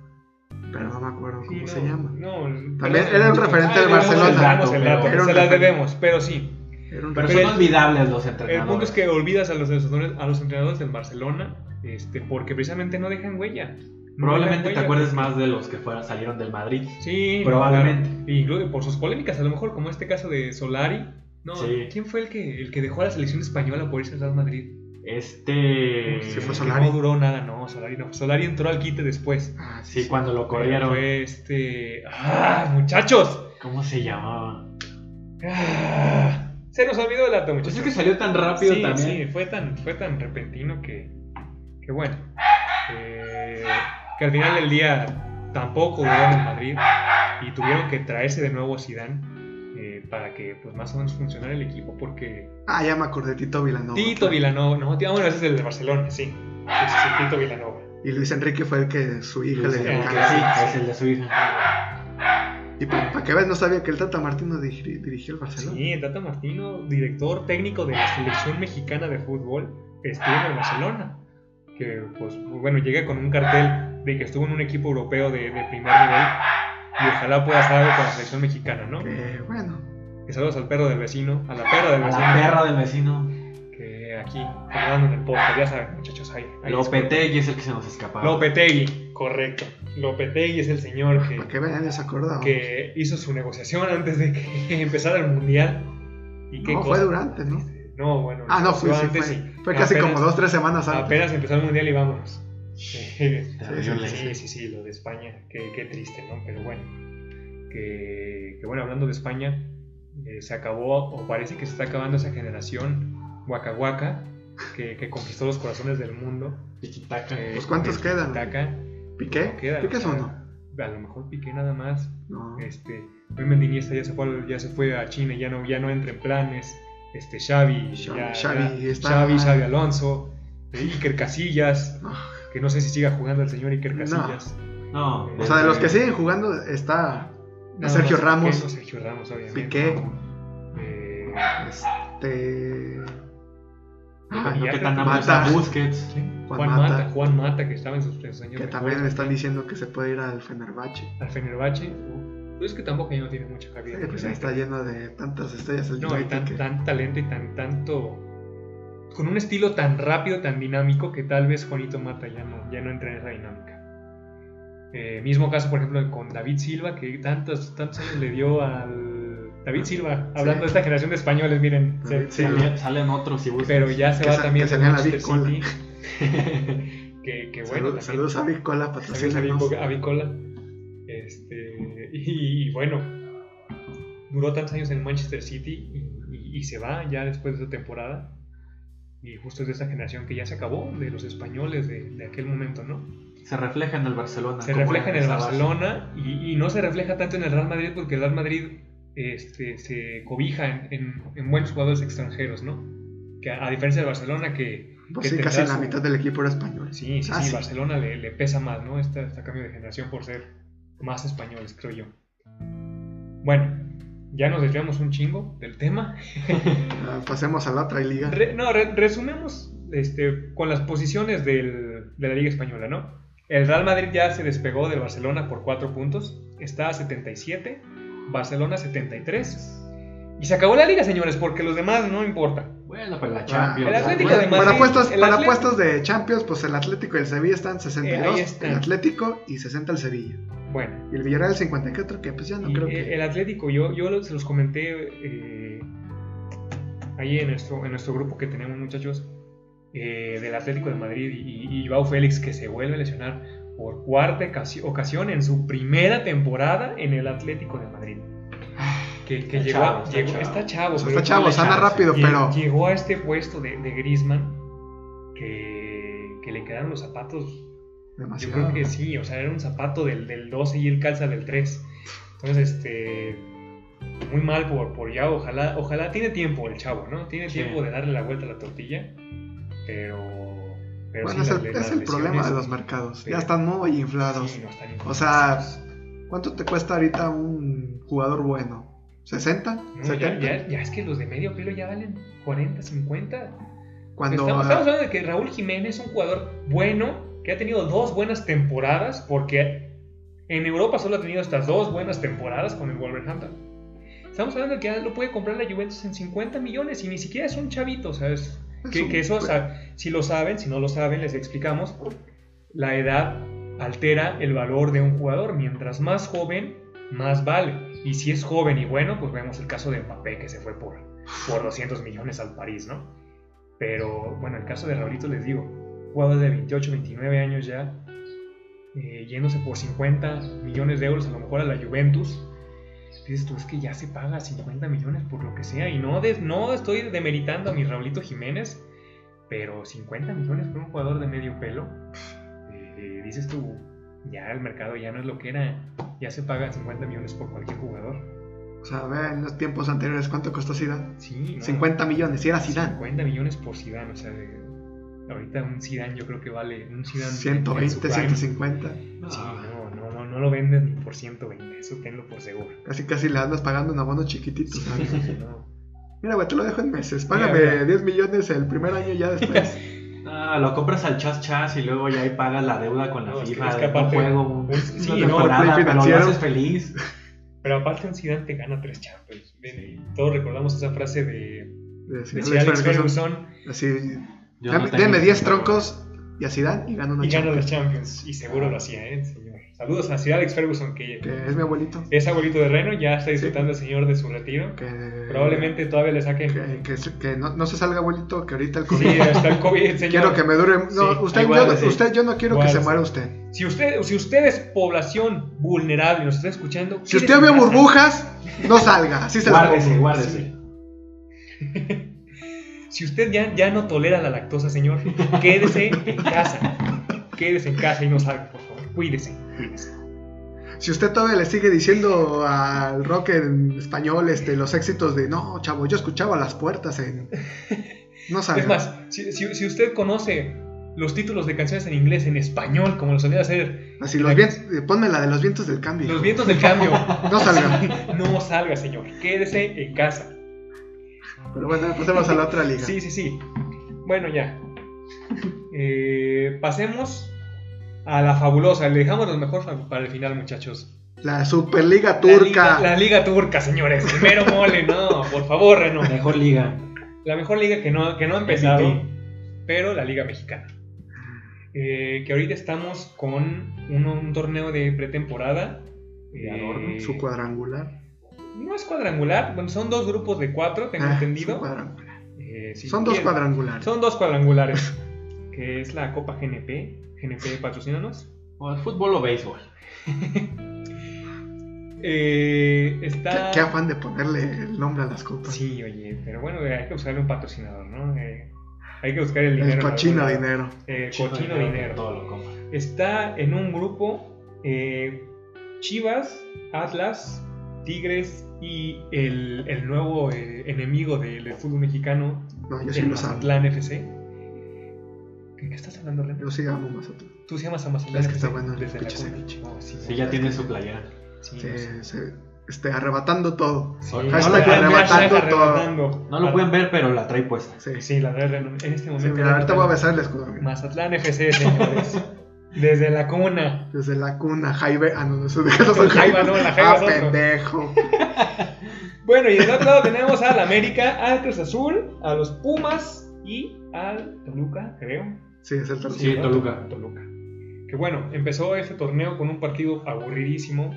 Pero no me acuerdo
Sí,
cómo
no,
se llama.
No,
También era un referente del
le damos
Barcelona.
el dato, el
Era
dato,
un
se la
referente.
debemos, pero sí.
Era un
Pero
Pero
son
el-
olvidables los entrenadores.
El punto es que olvidas a los, entrenadores- a los entrenadores del Barcelona este, porque precisamente no dejan huella. No
Probablemente
dejan
te
huella.
acuerdes más de los que fueron, salieron del Madrid.
Sí,
Probablemente.
claro. E Incluso por sus polémicas, a lo mejor como este caso de Solari. No,
Sí.
¿quién fue el que, el que dejó a la selección española por irse al Real Madrid? Eh,
Este...
Sí, fue
Que
Solari.
No duró nada, no, Solari no. Solari entró al quite después.
Ah, sí,
Sí, cuando lo corrieron.
Fue este... ¡Ah, muchachos!
¿Cómo se llamaba?
¡Ah! Se nos olvidó el dato,
Pues
muchachos.
es que salió tan rápido
sí,
también.
sí, fue tan, fue tan repentino que, que bueno, eh, que al final del día tampoco duraron en Madrid y tuvieron que traerse de nuevo a Zidane eh, para que pues más o menos funcionara el equipo porque
Ah, ya me acordé, Tito Vilanova.
Tito Vilanova, no, tío, bueno, ese es el de Barcelona, sí, ese es el Tito Vilanova.
Y Luis Enrique fue el que su hija
Luis
le dio
Enrique,
Enrique,
cáncer.
sí, es el de su hija.
Y para, para que veas, no sabía que el Tata Martino dir- dirigió el Barcelona.
Sí, el Tata Martino, director técnico de la selección mexicana de fútbol, estuvo en el Barcelona. Que, pues, bueno, llega con un cartel de que estuvo en un equipo europeo de, de primer nivel y ojalá pueda hacer algo con la selección mexicana, ¿no?
Que, bueno,
Que saludos al perro del vecino, a la perra del
A
vecino.
la perra del vecino.
Que aquí, hablando en el podcast, ya saben, muchachos, ahí. ahí
Lopetegui es el que se nos escapaba.
Lopetegui, correcto. Lopetegui es el señor que,
para que vean, ya se acordaba.
que hizo su negociación antes de que *laughs* empezara el mundial. ¿Y qué
No,
cosa?
fue durante, ¿no?
No, bueno.
Ah, no,
fue
fue, sí,
antes
fue,
y
fue casi
apenas-
como dos, tres semanas antes.
Apenas empezó el mundial y vámonos. Sí,
Terrible.
sí, sí, sí, lo de España. Qué, qué triste, ¿no? Pero bueno. Que, que bueno, hablando de España, eh, se acabó, o parece que se está acabando esa generación Waka Waka, que, que conquistó los corazones del mundo.
Tiquitaca.
Eh,
Pues, ¿cuántos
de
quedan?
tiki-taka.
¿Piqué?
No quedan,
¿Piqué es
o sea,
uno?
A lo mejor Piqué nada más.
No.
Este, hoy Mendiñesta ya se fue, al- ya se fue a China, ya no, ya no entra en planes. Este, Xavi,
Xavi-
ya-
Xavi
ya-
está-
Xavi, Xavi Alonso, eh, Iker Casillas,
No.
que no sé si siga jugando el señor Iker
No.
Casillas.
No.
este,
O sea, de los que
sí
siguen jugando está
Nada
Sergio
más Piqué,
Ramos,
no, Sergio Ramos, obviamente.
Piqué,
Eh,
este...
Ah,
No,
ya
que tan
Mata.
amable Busquets.
¿quién?
Juan
Juan Mata.
Mata.
Juan Mata, que estaba en sus, en sus años
Que
mejores.
también le están diciendo que se puede ir al Fenerbahce.
Al Fenerbahce. Pues es que tampoco ya no tiene mucha
Sí,
cabida.
pues ya está lleno de tantas estrellas el
No, y
United
tan,
que-
tan talento y tan tanto. Con un estilo tan rápido, tan dinámico, que tal vez Juanito Mata ya no, ya no entra en esa dinámica. Eh, mismo caso, por ejemplo, con David Silva, que tantos, tantos años le dio al. David Silva, hablando
Sí. Ah,
de esta generación de españoles, miren. se-
David
se-
Silva.
Salen- Salen otros y Busquets.
pero ya se
Pues, Que
va
sa-
también
que
al
salía la
Manchester
bicola.
City. *laughs* que, que bueno.
Salud-
también-
saludos a Bicola,
Saludos a
patrocínanos.
Vico- a Bicola. Este, *laughs* y, y bueno, duró tantos años en Manchester City y, y- y se va ya después de esa temporada. Y justo es de esa generación que ya se acabó, de los españoles de, de aquel momento, ¿no?
Se refleja en el Barcelona.
Se
como
refleja en el
esa base.
Barcelona y, y no se refleja tanto en el Real Madrid porque el Real Madrid este, se cobija en, en- en buenos jugadores extranjeros, ¿no? Que a, a diferencia del Barcelona que...
Pues
que
sí, casi
tendrá
la
su-
mitad del equipo era español.
Sí, sí,
Ah,
sí,
sí.
Barcelona le, le pesa más, ¿no? Este, este cambio de generación por ser más españoles, creo yo. Bueno, ya nos desviamos un chingo del tema.
Ah, Pasemos a la otra liga.
Re- no, re- resumemos este, con las posiciones del- de la Liga Española, ¿no? El Real Madrid ya se despegó del Barcelona por 4 puntos. Está a 77, Barcelona 73. Y se acabó la liga, señores, porque los demás no importan.
Bueno, pues la
el
Champions.
Atlético
Bueno,
de Madrid,
para puestos,
el
para
Atlético-
puestos de Champions, pues el Atlético y el Sevilla están 62,
Eh, ahí están.
el Atlético y 60 el Sevilla.
Bueno,
Y el Villarreal 54, que pues ya no
Y
creo
e-
que...
El Atlético, yo, yo lo- se los comenté eh, ahí en nuestro, en nuestro grupo que tenemos, muchachos, eh, del Atlético de Madrid y, y Joao Félix, que se vuelve a lesionar por cuarta ocasi- ocasión en su primera temporada en el Atlético de Madrid. Que, que
Está
llegó,
chavo,
a-
está
llegó-
chavo.
está chavo,
O sea,
pero
está chavo,
chance,
sana rápido,
lle-
pero...
llegó a este puesto de, de Griezmann que, que le quedaron los zapatos yo
Demasiado.
creo que sí, o sea, era un zapato del, del 12 y él calza del 3. Entonces, este. Muy mal por, por ya, ojalá, ojalá. Tiene tiempo el chavo, ¿no? Tiene
Sí.
tiempo de darle la vuelta a la tortilla, pero. pero
Bueno,
sí,
es
las-
el,
las
es el problema
lesiones-
de los mercados.
pero-
Ya están muy inflados.
sí, no están
O sea,
inflados.
¿Cuánto te cuesta ahorita un jugador bueno? ¿60?
No, ya,
¿70?
ya- ya es que los de medio pelo ya valen 40, 50.
Cuando
estamos,
ah,
estamos hablando de que Raúl Jiménez es un jugador bueno, que ha tenido dos buenas temporadas, porque en Europa solo ha tenido estas dos buenas temporadas con el Wolverhampton. Estamos hablando de que ya lo puede comprar la Juventus en 50 millones y ni siquiera es un chavito, ¿sabes?
es
Que,
un-
que eso, o sea, si lo saben, si no lo saben, les explicamos. La edad altera el valor de un jugador. Mientras más joven, más vale. Y si es joven y bueno, pues vemos el caso de Mbappé, que se fue por, por 200 millones al París, ¿no? Pero bueno, el caso de Raulito, les digo, jugador de 28, 29 años ya, eh, yéndose por 50 millones de euros, a lo mejor a la Juventus. Dices tú, es que ya se paga 50 millones por lo que sea. Y no, des- no estoy demeritando a mi Raulito Jiménez, pero 50 millones por un jugador de medio pelo. eh, dices tú, ya el mercado ya no es lo que era. Ya se pagan 50 millones por cualquier jugador.
O sea, ve en los tiempos anteriores cuánto costó Zidane.
Sí, ¿no?
50 millones, y era Zidane.
50 millones por Zidane, o sea, de- ahorita un Zidane yo creo que vale un Zidane en su
120,
prime.
150.
Sí,
No,
no, no, no, no lo vendes ni por 120, eso tenlo por seguro.
Casi casi le andas pagando en abonos chiquititos. ¿sabes?
No.
Mira, güey, te lo dejo en meses.
Mira,
Págame
mira.
10 millones el primer año y ya después.
*laughs*
Ah, lo compras al chas chas y luego ya ahí pagas la deuda con la
No, es que-
FIFA
es que
de no
aparte-
juego.
Un- sí,
no,
no,
tengo
el
nada,
play
pero lo
financiero.
haces feliz.
Pero aparte un Zidane te gana tres Champions. Ven,
Sí.
Todos recordamos esa frase de,
Así,
de
Alex
Sir Alex
Ferguson,
Ferguson
así,
Yo
dame-
no tengo
denme 10
dinero.
troncos y así dan y gano una
y gana
chamba.
las Champions. Y seguro lo hacía, ¿eh? señor. Saludos a Sir Alex Ferguson, que
Que es mi abuelito.
es abuelito de Reno, ya está disfrutando el señor de su retiro.
Que,
Probablemente todavía le saquen...
Que, que se- que no, no se salga, abuelito, que ahorita el COVID.
Sí, está el COVID, el señor.
*laughs* Quiero que me dure. No,
Sí,
usted,
ahí
yo, no-
guárdese.
usted, yo no quiero que se
Guárdese.
muera usted.
Si usted, si usted es población vulnerable y nos está escuchando...
Si usted ve burbujas, no salga. Así se la
Guárdese,
pongo.
guárdese.
Sí.
*laughs* Si usted ya, ya no tolera la lactosa, señor, quédese en casa. Quédese en casa y no salga, por favor. Cuídese, cuídese.
Si usted todavía le sigue diciendo al rock en español este, los éxitos de no, chavo, yo escuchaba las puertas en. No salga.
Es más, si, si- si usted conoce los títulos de canciones en inglés, en español, como lo solía hacer,
Así, los vientos, eh, ponme la de los vientos del cambio.
los vientos del cambio,
No salga.
*laughs* no salga, señor. Quédese en casa.
Pero bueno, pasemos a la otra liga.
Sí, sí, sí. Bueno, ya. Eh, pasemos a la fabulosa. Le dejamos lo mejor fa- para el final, muchachos.
La Superliga Turca.
La liga, la liga turca, señores. Primero mole, no, por favor, Reno.
Mejor liga.
La mejor liga que no, que no ha empezado,
MVP.
pero la liga mexicana. Eh, que ahorita estamos con uno- un torneo de pretemporada. eh,
De adorno,
Eh, Su cuadrangular.
No es cuadrangular, bueno, son dos grupos de cuatro, tengo
Ah, su
entendido.
cuadrangular.
Eh, si
Son dos
quieren-
cuadrangulares.
Son dos
*laughs*
cuadrangulares. que es la Copa GNP. GNP patrocínanos.
O fútbol o béisbol.
Eh, está.
Qué, qué afán de ponerle el nombre a las copas.
Sí, oye, pero bueno, hay que buscarle un patrocinador, ¿no? Eh, hay que buscar el dinero.
el
en
cochino
algún lado.
dinero.
Eh, cochino dinero.
Todo lo compra.
Está en un grupo eh, Chivas, Atlas, Tigres y el, el nuevo eh, enemigo del, del fútbol mexicano,
No, yo sí
el
lo amo.
Mazatlán FC. ¿Qué, qué estás hablando, Ren?
Yo sí amo Mazatlán.
Tú se llamas a Mazatlán
Es que
FC
está bueno el
desde la
pinche
cuna.
ceviche.
No, sí,
Sí, ya tiene su playera.
sí,
Se-
no sé.
se- este, arrebatando todo.
Sí,
Hashtag
no lo pueden ver,
arrebatando
hashtag
todo.
arrebatando.
No lo pueden ver, pero la trae puesta.
Sí.
Sí, la verdad, Ren, en este
Sí,
momento.
mira, ahorita voy a besar el escudo. mira.
Mazatlán FC, señores. desde la cuna.
Desde la cuna, Jaibe. Ah, no, no, esos de esos son
Jaiba,
Jaibes.
no, la Jaiba
Ah,
es otro.
pendejo.
Bueno, y del otro lado tenemos al América, al Cruz Azul, a los Pumas y al Toluca, creo.
Sí, es el tercero.
Sí, Toluca.
Toluca. Que bueno, empezó este torneo con un partido aburridísimo.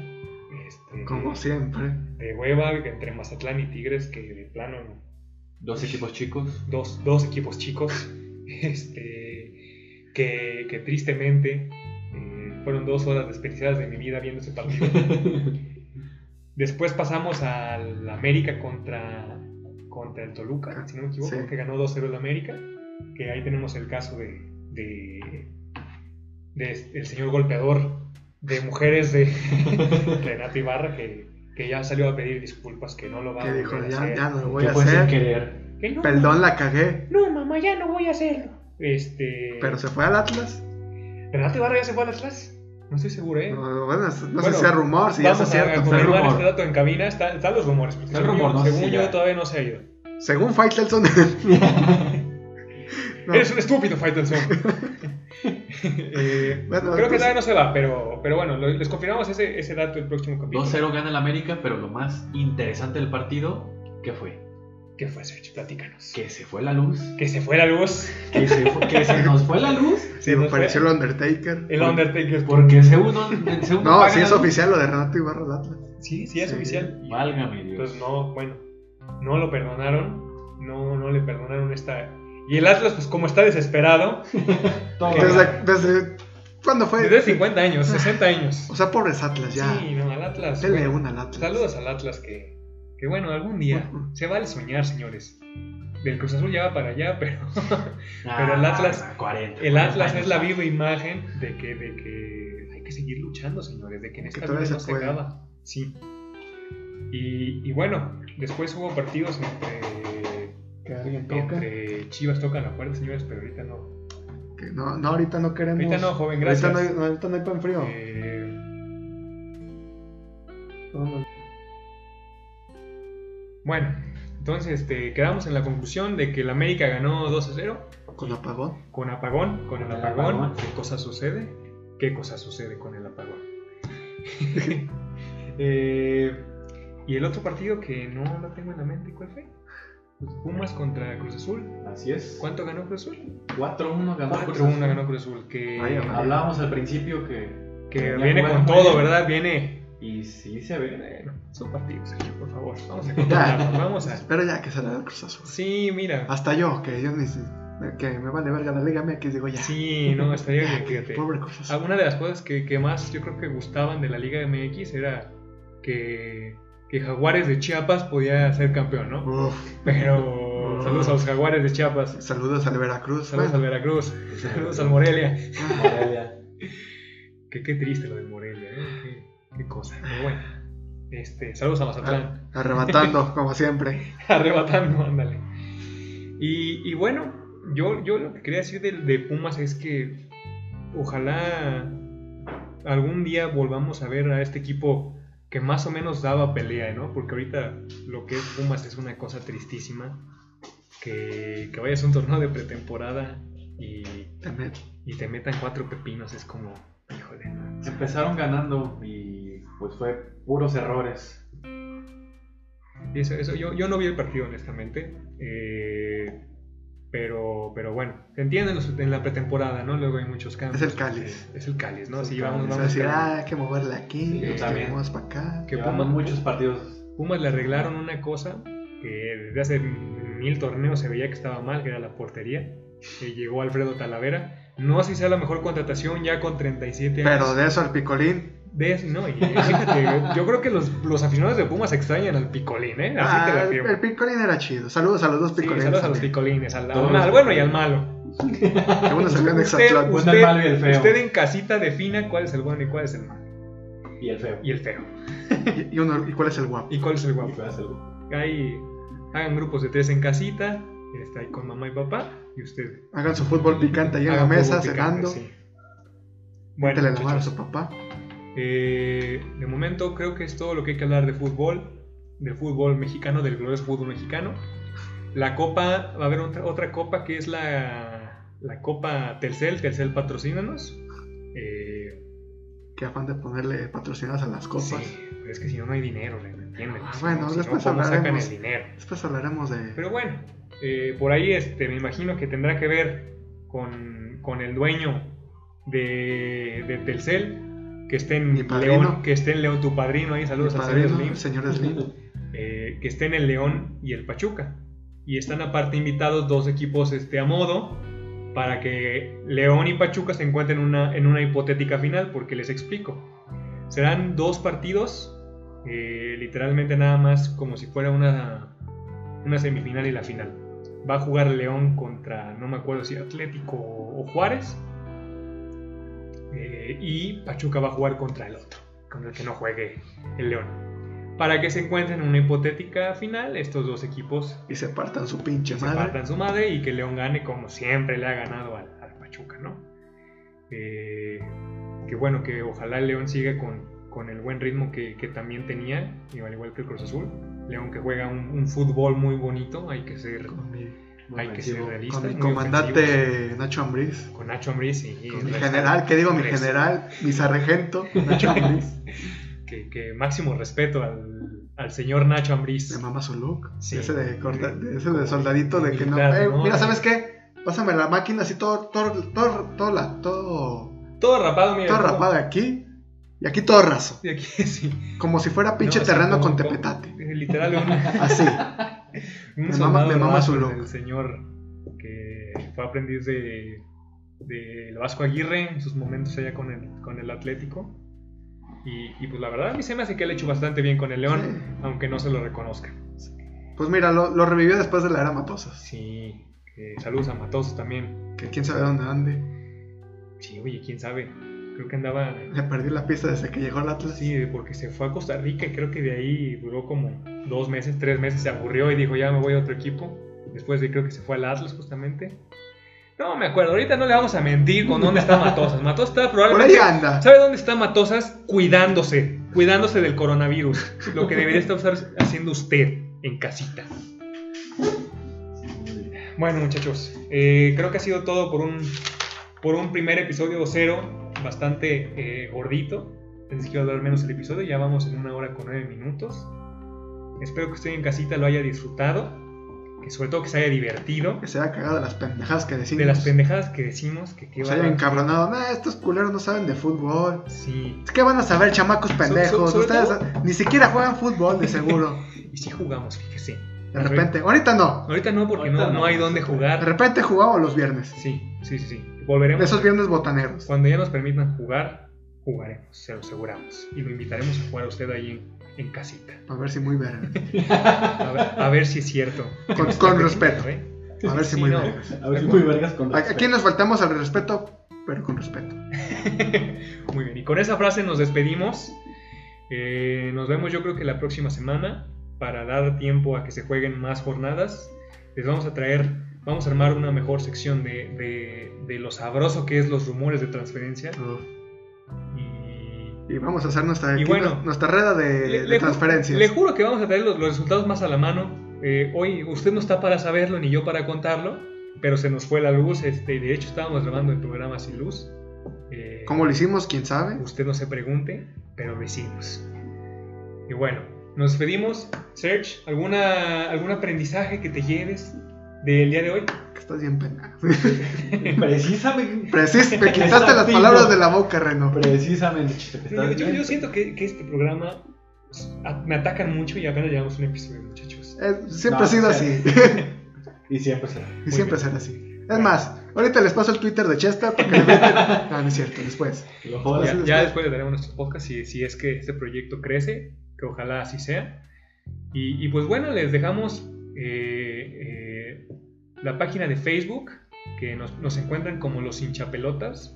Este,
Como siempre.
De hueva entre Mazatlán y Tigres, que de plano
Dos equipos chicos.
dos, dos equipos chicos. *laughs* Este, que, que tristemente eh, fueron dos horas desperdiciadas de mi vida viendo ese partido.
*laughs*
Después pasamos al América contra, contra el Toluca, si no me equivoco,
Sí.
que ganó 2-0 el América. Que ahí tenemos el caso de, de, de este- el señor golpeador de mujeres
*laughs*
de Renato Ibarra, que, que ya salió a pedir disculpas, que no lo va
Que
a
dijo,
volver a
ya,
hacer.
ya no lo voy
que
a
fue sin
hacer.
querer. *laughs*
Que no,
Perdón, la cagué.
No, mamá, ya no voy a hacerlo. Este.
Pero se fue al Atlas.
¿Renato Ibarra ya se fue al Atlas? No estoy seguro, ¿eh?
No, bueno, no sé
Bueno,
si es rumor, si ya
Vamos
es
a
cierto.
fue
confirmar
rumor.
este dato en cabina. Está- Están los rumores. porque
Está el
según
rumor,
yo-
no sé
según
si
yo
ya.
todavía no se ha ido.
Según *laughs* Faitelson. No,
Eres un estúpido, Faitelson. *laughs* Eh,
Bueno,
creo
pues,
que
entonces-
todavía no se va, pero, pero bueno, lo- les confirmamos ese, ese dato el próximo capítulo.
2-0 gana el América, pero lo más interesante del partido, ¿qué fue?
¿Qué fue, Sergio? Platícanos.
Que se fue la luz.
Que se fue la luz.
Que se, fu- que se nos fue la luz.
Sí, me pareció el Undertaker.
El
Por-
Undertaker.
Porque según no- según
No,
pagan
sí es
la luz.
oficial lo de Renato Ibarra al Atlas.
Sí, sí, es
Sí.
oficial.
Válgame Dios.
Entonces, no, bueno, no lo perdonaron. No, no le perdonaron esta. Y el Atlas, pues como está desesperado,
Todo
Entonces,
mal.
Desde, desde ¿cuándo fue?
desde 50 años, 60 años.
O sea, pobres Atlas, ya.
Sí, no, al Atlas.
Denle
bueno.
una al Atlas.
Saludos al Atlas que, que bueno, algún día
Ujú.
se vale soñar, señores. Del Cruz Azul ya va para allá, pero
*laughs*
Ah,
el Atlas-
40,
el
40
Atlas
años.
es la viva imagen de que, de que hay que seguir luchando, señores, de que en
Que
esta vida
todavía se
no se
puede.
acaba. Sí. Y, y bueno, después hubo partidos entre,
Que alguien toque.
entre Chivas tocan la puerta, señores, pero ahorita no.
Que no, no, ahorita no queremos.
Ahorita no, joven,
Ahorita
gracias.
no hay, ahorita no hay pan frío.
Eh, Bueno, entonces este, quedamos en la conclusión de que el América ganó 2 a 0
Con apagón.
con apagón, con el
Con el
apagón.
apagón.
¿Qué cosa sucede? ¿Qué cosa sucede con el
*laughs*
apagón? Eh, y el otro partido que no lo tengo en la mente, ¿cuál fue? Pumas contra Cruz Azul.
Así es.
¿Cuánto ganó Cruz Azul?
4-1 ganó. Cruz
4-1
Azul.
ganó Cruz Azul, que,
Ay, amá.
Hablábamos al principio que.
que
Ya
viene
jugaron
con
muy
todo,
bien.
¿verdad? Viene...
Y sí se ve. eh,
Bueno, su partido, Sergio, por favor. Vamos a controlarnos, vamos a...
Espero ya que se la dé el Cruz Azul.
Sí, mira.
Hasta yo, que yo ni que me vale verga la Liga MX, digo ya.
Sí, Ah, no, estaría bien, fíjate.
Pobre Cruz Azul.
Alguna de las cosas que, que más yo creo que gustaban de la Liga MX era que, que Jaguares de Chiapas podía ser campeón, ¿no?
Uf,
Pero saludos a los Jaguares de Chiapas,
saludos al Veracruz.
saludos al
Bueno,
Veracruz, saludos al Morelia.
Morelia.
Que qué triste lo de Morelia, ¿eh? Qué, qué cosa. Pero bueno, este, saludos a Mazatlán.
Arrebatando, *laughs* como siempre.
*laughs* Arrebatando, ándale. Y, y bueno, yo, yo lo que quería decir de, de Pumas es que ojalá algún día volvamos a ver a este equipo que más o menos daba pelea, ¿no? Porque ahorita lo que es Pumas es una cosa tristísima. Que, que vayas a un torneo de pretemporada y,
También.
y te metan cuatro pepinos es como, híjole. ¿no?
Empezaron ganando y pues fue puros errores.
Y Eso, eso, yo, yo no vi el partido, honestamente. eh, pero, pero bueno, se entiende en los- en la pretemporada, ¿no? Luego hay muchos cambios. Eh,
Es el cáliz.
Es el cáliz, ¿no?
Es el
Sí, vamos,
cáliz,
Es
vamos.
decir,
cambiando.
ah, hay que moverla aquí,
Sí,
hay que
también.
moverla para acá.
Que
Llevamos
Pumas-
muchos partidos.
Pumas le arreglaron una cosa que desde hace mil torneos se veía que estaba mal, que era la portería. que llegó Alfredo Talavera. No sé si sea la mejor contratación ya con 37 años.
Pero de eso al picolín.
De eso, no, y fíjate, yo creo que los, los aficionados de Pumas extrañan al picolín, ¿eh? Así te
Ah,
la firmo.
el picolín era chido. Saludos a los dos
Sí,
picolines.
saludos a los
también.
picolines, al, al
Todos los
mal- bueno y al
picolines.
malo.
Qué bueno salió en
Usted-
Exatlán.
Bueno, el malo y el feo.
Usted en casita defina cuál es el bueno y cuál es el malo.
Y el feo.
Y el feo.
Y, y uno, ¿Y cuál es el guapo?
Y cuál es el
Y
guapo.
fue hace algo.
Ahí hagan grupos de tres en casita, está ahí con mamá y papá, y usted.
Hagan su fútbol picante ahí en la
hagan
mesa,
fútbol picante,
cenando.
sí.
Métele
Bueno,
la mano a
muchachos,
su papá.
eh, de momento creo que es todo lo que hay que hablar de fútbol, del fútbol mexicano, del glorioso fútbol mexicano. La copa, va a haber otra, otra copa que es la, la copa Telcel, Telcel patrocínanos. Eh,
Qué afán de ponerle patrocinadas a las copas.
Sí, pero es que si no, no hay dinero, ¿me entienden?
Ah,
Si
bueno,
no- si
después
no, ¿cómo sacan
hablaremos.
el dinero.
Después hablaremos de.
Pero bueno, eh, por ahí este, me imagino que tendrá que ver con, con el dueño de, de Telcel, que esté en
Mi padrino.
León, que esté en León tu padrino, ahí
mi
saludos a Sergio
padrino,
Slim,
el señor Slim.
eh, que esté en el León y el Pachuca. Y están aparte invitados dos equipos este, a modo para que León y Pachuca se encuentren una, en una hipotética final, porque les explico. Serán dos partidos, eh, literalmente nada más como si fuera una, una semifinal y la final. Va a jugar León contra, no me acuerdo si Atlético o Juárez. eh, y Pachuca va a jugar contra el otro, contra el que no juegue el León. Para que se encuentren en una hipotética final, estos dos equipos
Y se partan su pinche
que se
madre.
partan su madre y que León gane como siempre le ha ganado al, al Pachuca, ¿no? Eh, que bueno, que ojalá el León siga con, con el buen ritmo que, que también tenía, y al igual que el Cruz Azul. León que juega un, un fútbol muy bonito, hay que ser,
Con mi,
Muy
hay que ser
ofensivo.
realistas.
con mi
muy ofensivos.
comandante Nacho Ambriz.
Con Nacho Ambriz y...
Con mi general, que digo mi
Res- *laughs*
general, mi sargento, Nacho Ambriz.
Que, que máximo respeto al, al señor Nacho Ambriz.
Me mama su look.
Sí.
Ese de, corta- de- ese
Como
de soldadito de que no.
militar,
eh,
¿no?
mira, ¿sabes qué? Pásame la máquina así todo, todo, todo, todo, la- todo,
Todo rapado, mira.
todo
como-
rapado aquí. Y aquí todo raso.
de aquí, *laughs* sí.
Como si fuera pinche
No, sí,
terreno
como-
con
como-
tepetate.
Literal,
*laughs*
un,
Así.
Un
Me
soldado
mama- me mama
raso
su
del
look.
señor que fue aprendiz de, de Vasco Aguirre en sus momentos allá con el, con el Atlético. Y, y pues la verdad a mí se me hace que le ha hecho bastante bien con el León, aunque no se lo reconozca.
Pues mira, lo, lo revivió después de la era Matosas.
Sí, eh, saludos a Matosos también.
Que quién sabe dónde ande.
Sí, oye, quién sabe. Creo que andaba...
Le perdí la pista desde que llegó el Atlas.
Sí, porque se fue a Costa Rica y creo que de ahí duró como dos meses, tres meses, se aburrió y dijo ya me voy a otro equipo. Después de creo que se fue al Atlas justamente. No me acuerdo, ahorita no le vamos a mentir con dónde está Matosas. Matosas está
Por ahí
probablemente...
anda.
¿Sabe dónde está Matosas? Cuidándose, cuidándose del coronavirus. Lo que debería estar haciendo usted. en casita. Bueno, muchachos, eh, creo que ha sido todo por un, por un primer episodio cero, bastante eh, gordito. Pensé que iba a durar menos el episodio, ya vamos en una hora con nueve minutos. Espero que usted en casita lo haya disfrutado, que sobre todo que se haya divertido.
Que se haya cagado de las pendejadas que decimos.
De las pendejadas que decimos, que qué
Que se haya
bárbaro.
encabronado. Nah, estos culeros no saben de fútbol.
Sí,
Es que van a saber, chamacos pendejos.
sobre
Ustedes
todo-
ni siquiera juegan fútbol, de seguro.
y sí jugamos, fíjese. *laughs*
De repente, ahorita no.
Ahorita no, porque
Ahorita
no,
no.
no hay dónde
De
jugar.
repente jugamos los viernes.
Sí, sí, sí, sí. Volveremos.
Esos viernes botaneros.
Cuando ya nos permitan jugar, jugaremos, se lo aseguramos. Y lo invitaremos a jugar a usted ahí en, en casita.
A ver si
*laughs*
muy verga.
A ver, a ver si es cierto.
Con-
Nos
con
está
respeto.
pidiendo, ¿eh? *laughs*
A ver si
Sí,
muy
no.
verga.
*laughs* A ver si muy vergas con
A- Aquí nos faltamos al respeto, pero con respeto.
Muy bien, y con esa frase nos despedimos. Eh, nos vemos yo creo que la próxima semana para dar tiempo a que se jueguen más jornadas. Les vamos a traer, vamos a armar una mejor sección de, de- de lo sabroso que es los rumores de transferencia. Y
Y vamos a hacer nuestra,
Y
aquí
bueno.
nos- nuestra rueda de,
Le-
de
le ju-
transferencias.
Le juro que vamos a traer los, los resultados más a la mano. Eh, hoy usted no está para saberlo ni yo para contarlo, pero se nos fue la luz. Este, de hecho, estábamos grabando el programa sin luz. Eh,
¿Cómo lo hicimos? ¿Quién sabe?
Usted no se pregunte, pero lo hicimos. Y bueno, nos despedimos. Serge, ¿alguna, ¿algún aprendizaje que te lleves del día de hoy?
Que estás bien pena.
*laughs*
Precisamente.
Preciso, me quitaste las
Exacto.
palabras de la boca, Reno.
Precisamente.
Yo, yo- yo siento que, que este programa pues, a- me atacan mucho y apenas llevamos un episodio, muchachos.
Eh, siempre
No,
ha sido
o sea,
así.
Y siempre será.
y siempre
bien.
será así. Es más, ahorita les paso el Twitter de Chester porque le
*laughs*
meten... No, no es cierto, después.
Lo
Ya,
jodas.
Así es,
ya
pues.
después le daremos nuestros podcasts si, si es que este proyecto crece, que ojalá así sea. Y, y pues bueno, les dejamos eh, eh, la página de Facebook, que nos, nos encuentran como los hinchapelotas.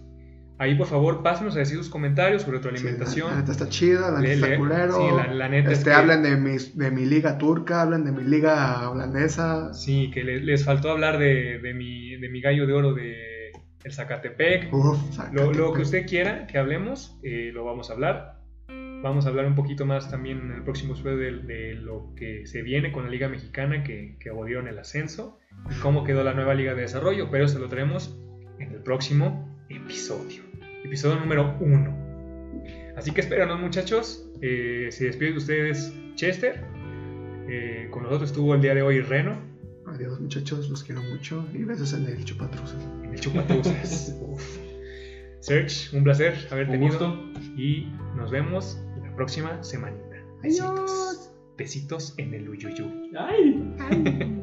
Ahí por favor pásenos a decir sus comentarios, sobre tu
Sí, la, la
alimentación.
neta está chida, la
Le-
neta
le-
está culero.
sí, la- la neta es
este,
que-
Hablan de, mis, de mi liga turca, hablan de mi liga holandesa.
Sí, que le- les faltó hablar de, de mi, de mi gallo de oro de el Zacatepec.
Uf, sácate,
Lo, lo que
pues.
usted quiera que hablemos, eh, lo vamos a hablar. Vamos a hablar un poquito más también en el próximo episodio de, de lo que se viene con la Liga Mexicana, que, que abolieron el ascenso, y cómo quedó la nueva Liga de Desarrollo, pero se lo traemos en el próximo episodio. Episodio número uno. Así que espéranos, muchachos. Eh, se despide de ustedes Chester. Eh, con nosotros estuvo el día de hoy Reno
Adiós, muchachos, los quiero mucho. Y besos en el chupatruzas.
en el
*laughs*
Chupatruzas. Uf. Serge, un placer haber
Un
tenido
gusto.
y nos vemos la próxima semanita. Besitos. Besitos en el Uyuyú.
Ay.
Adiós.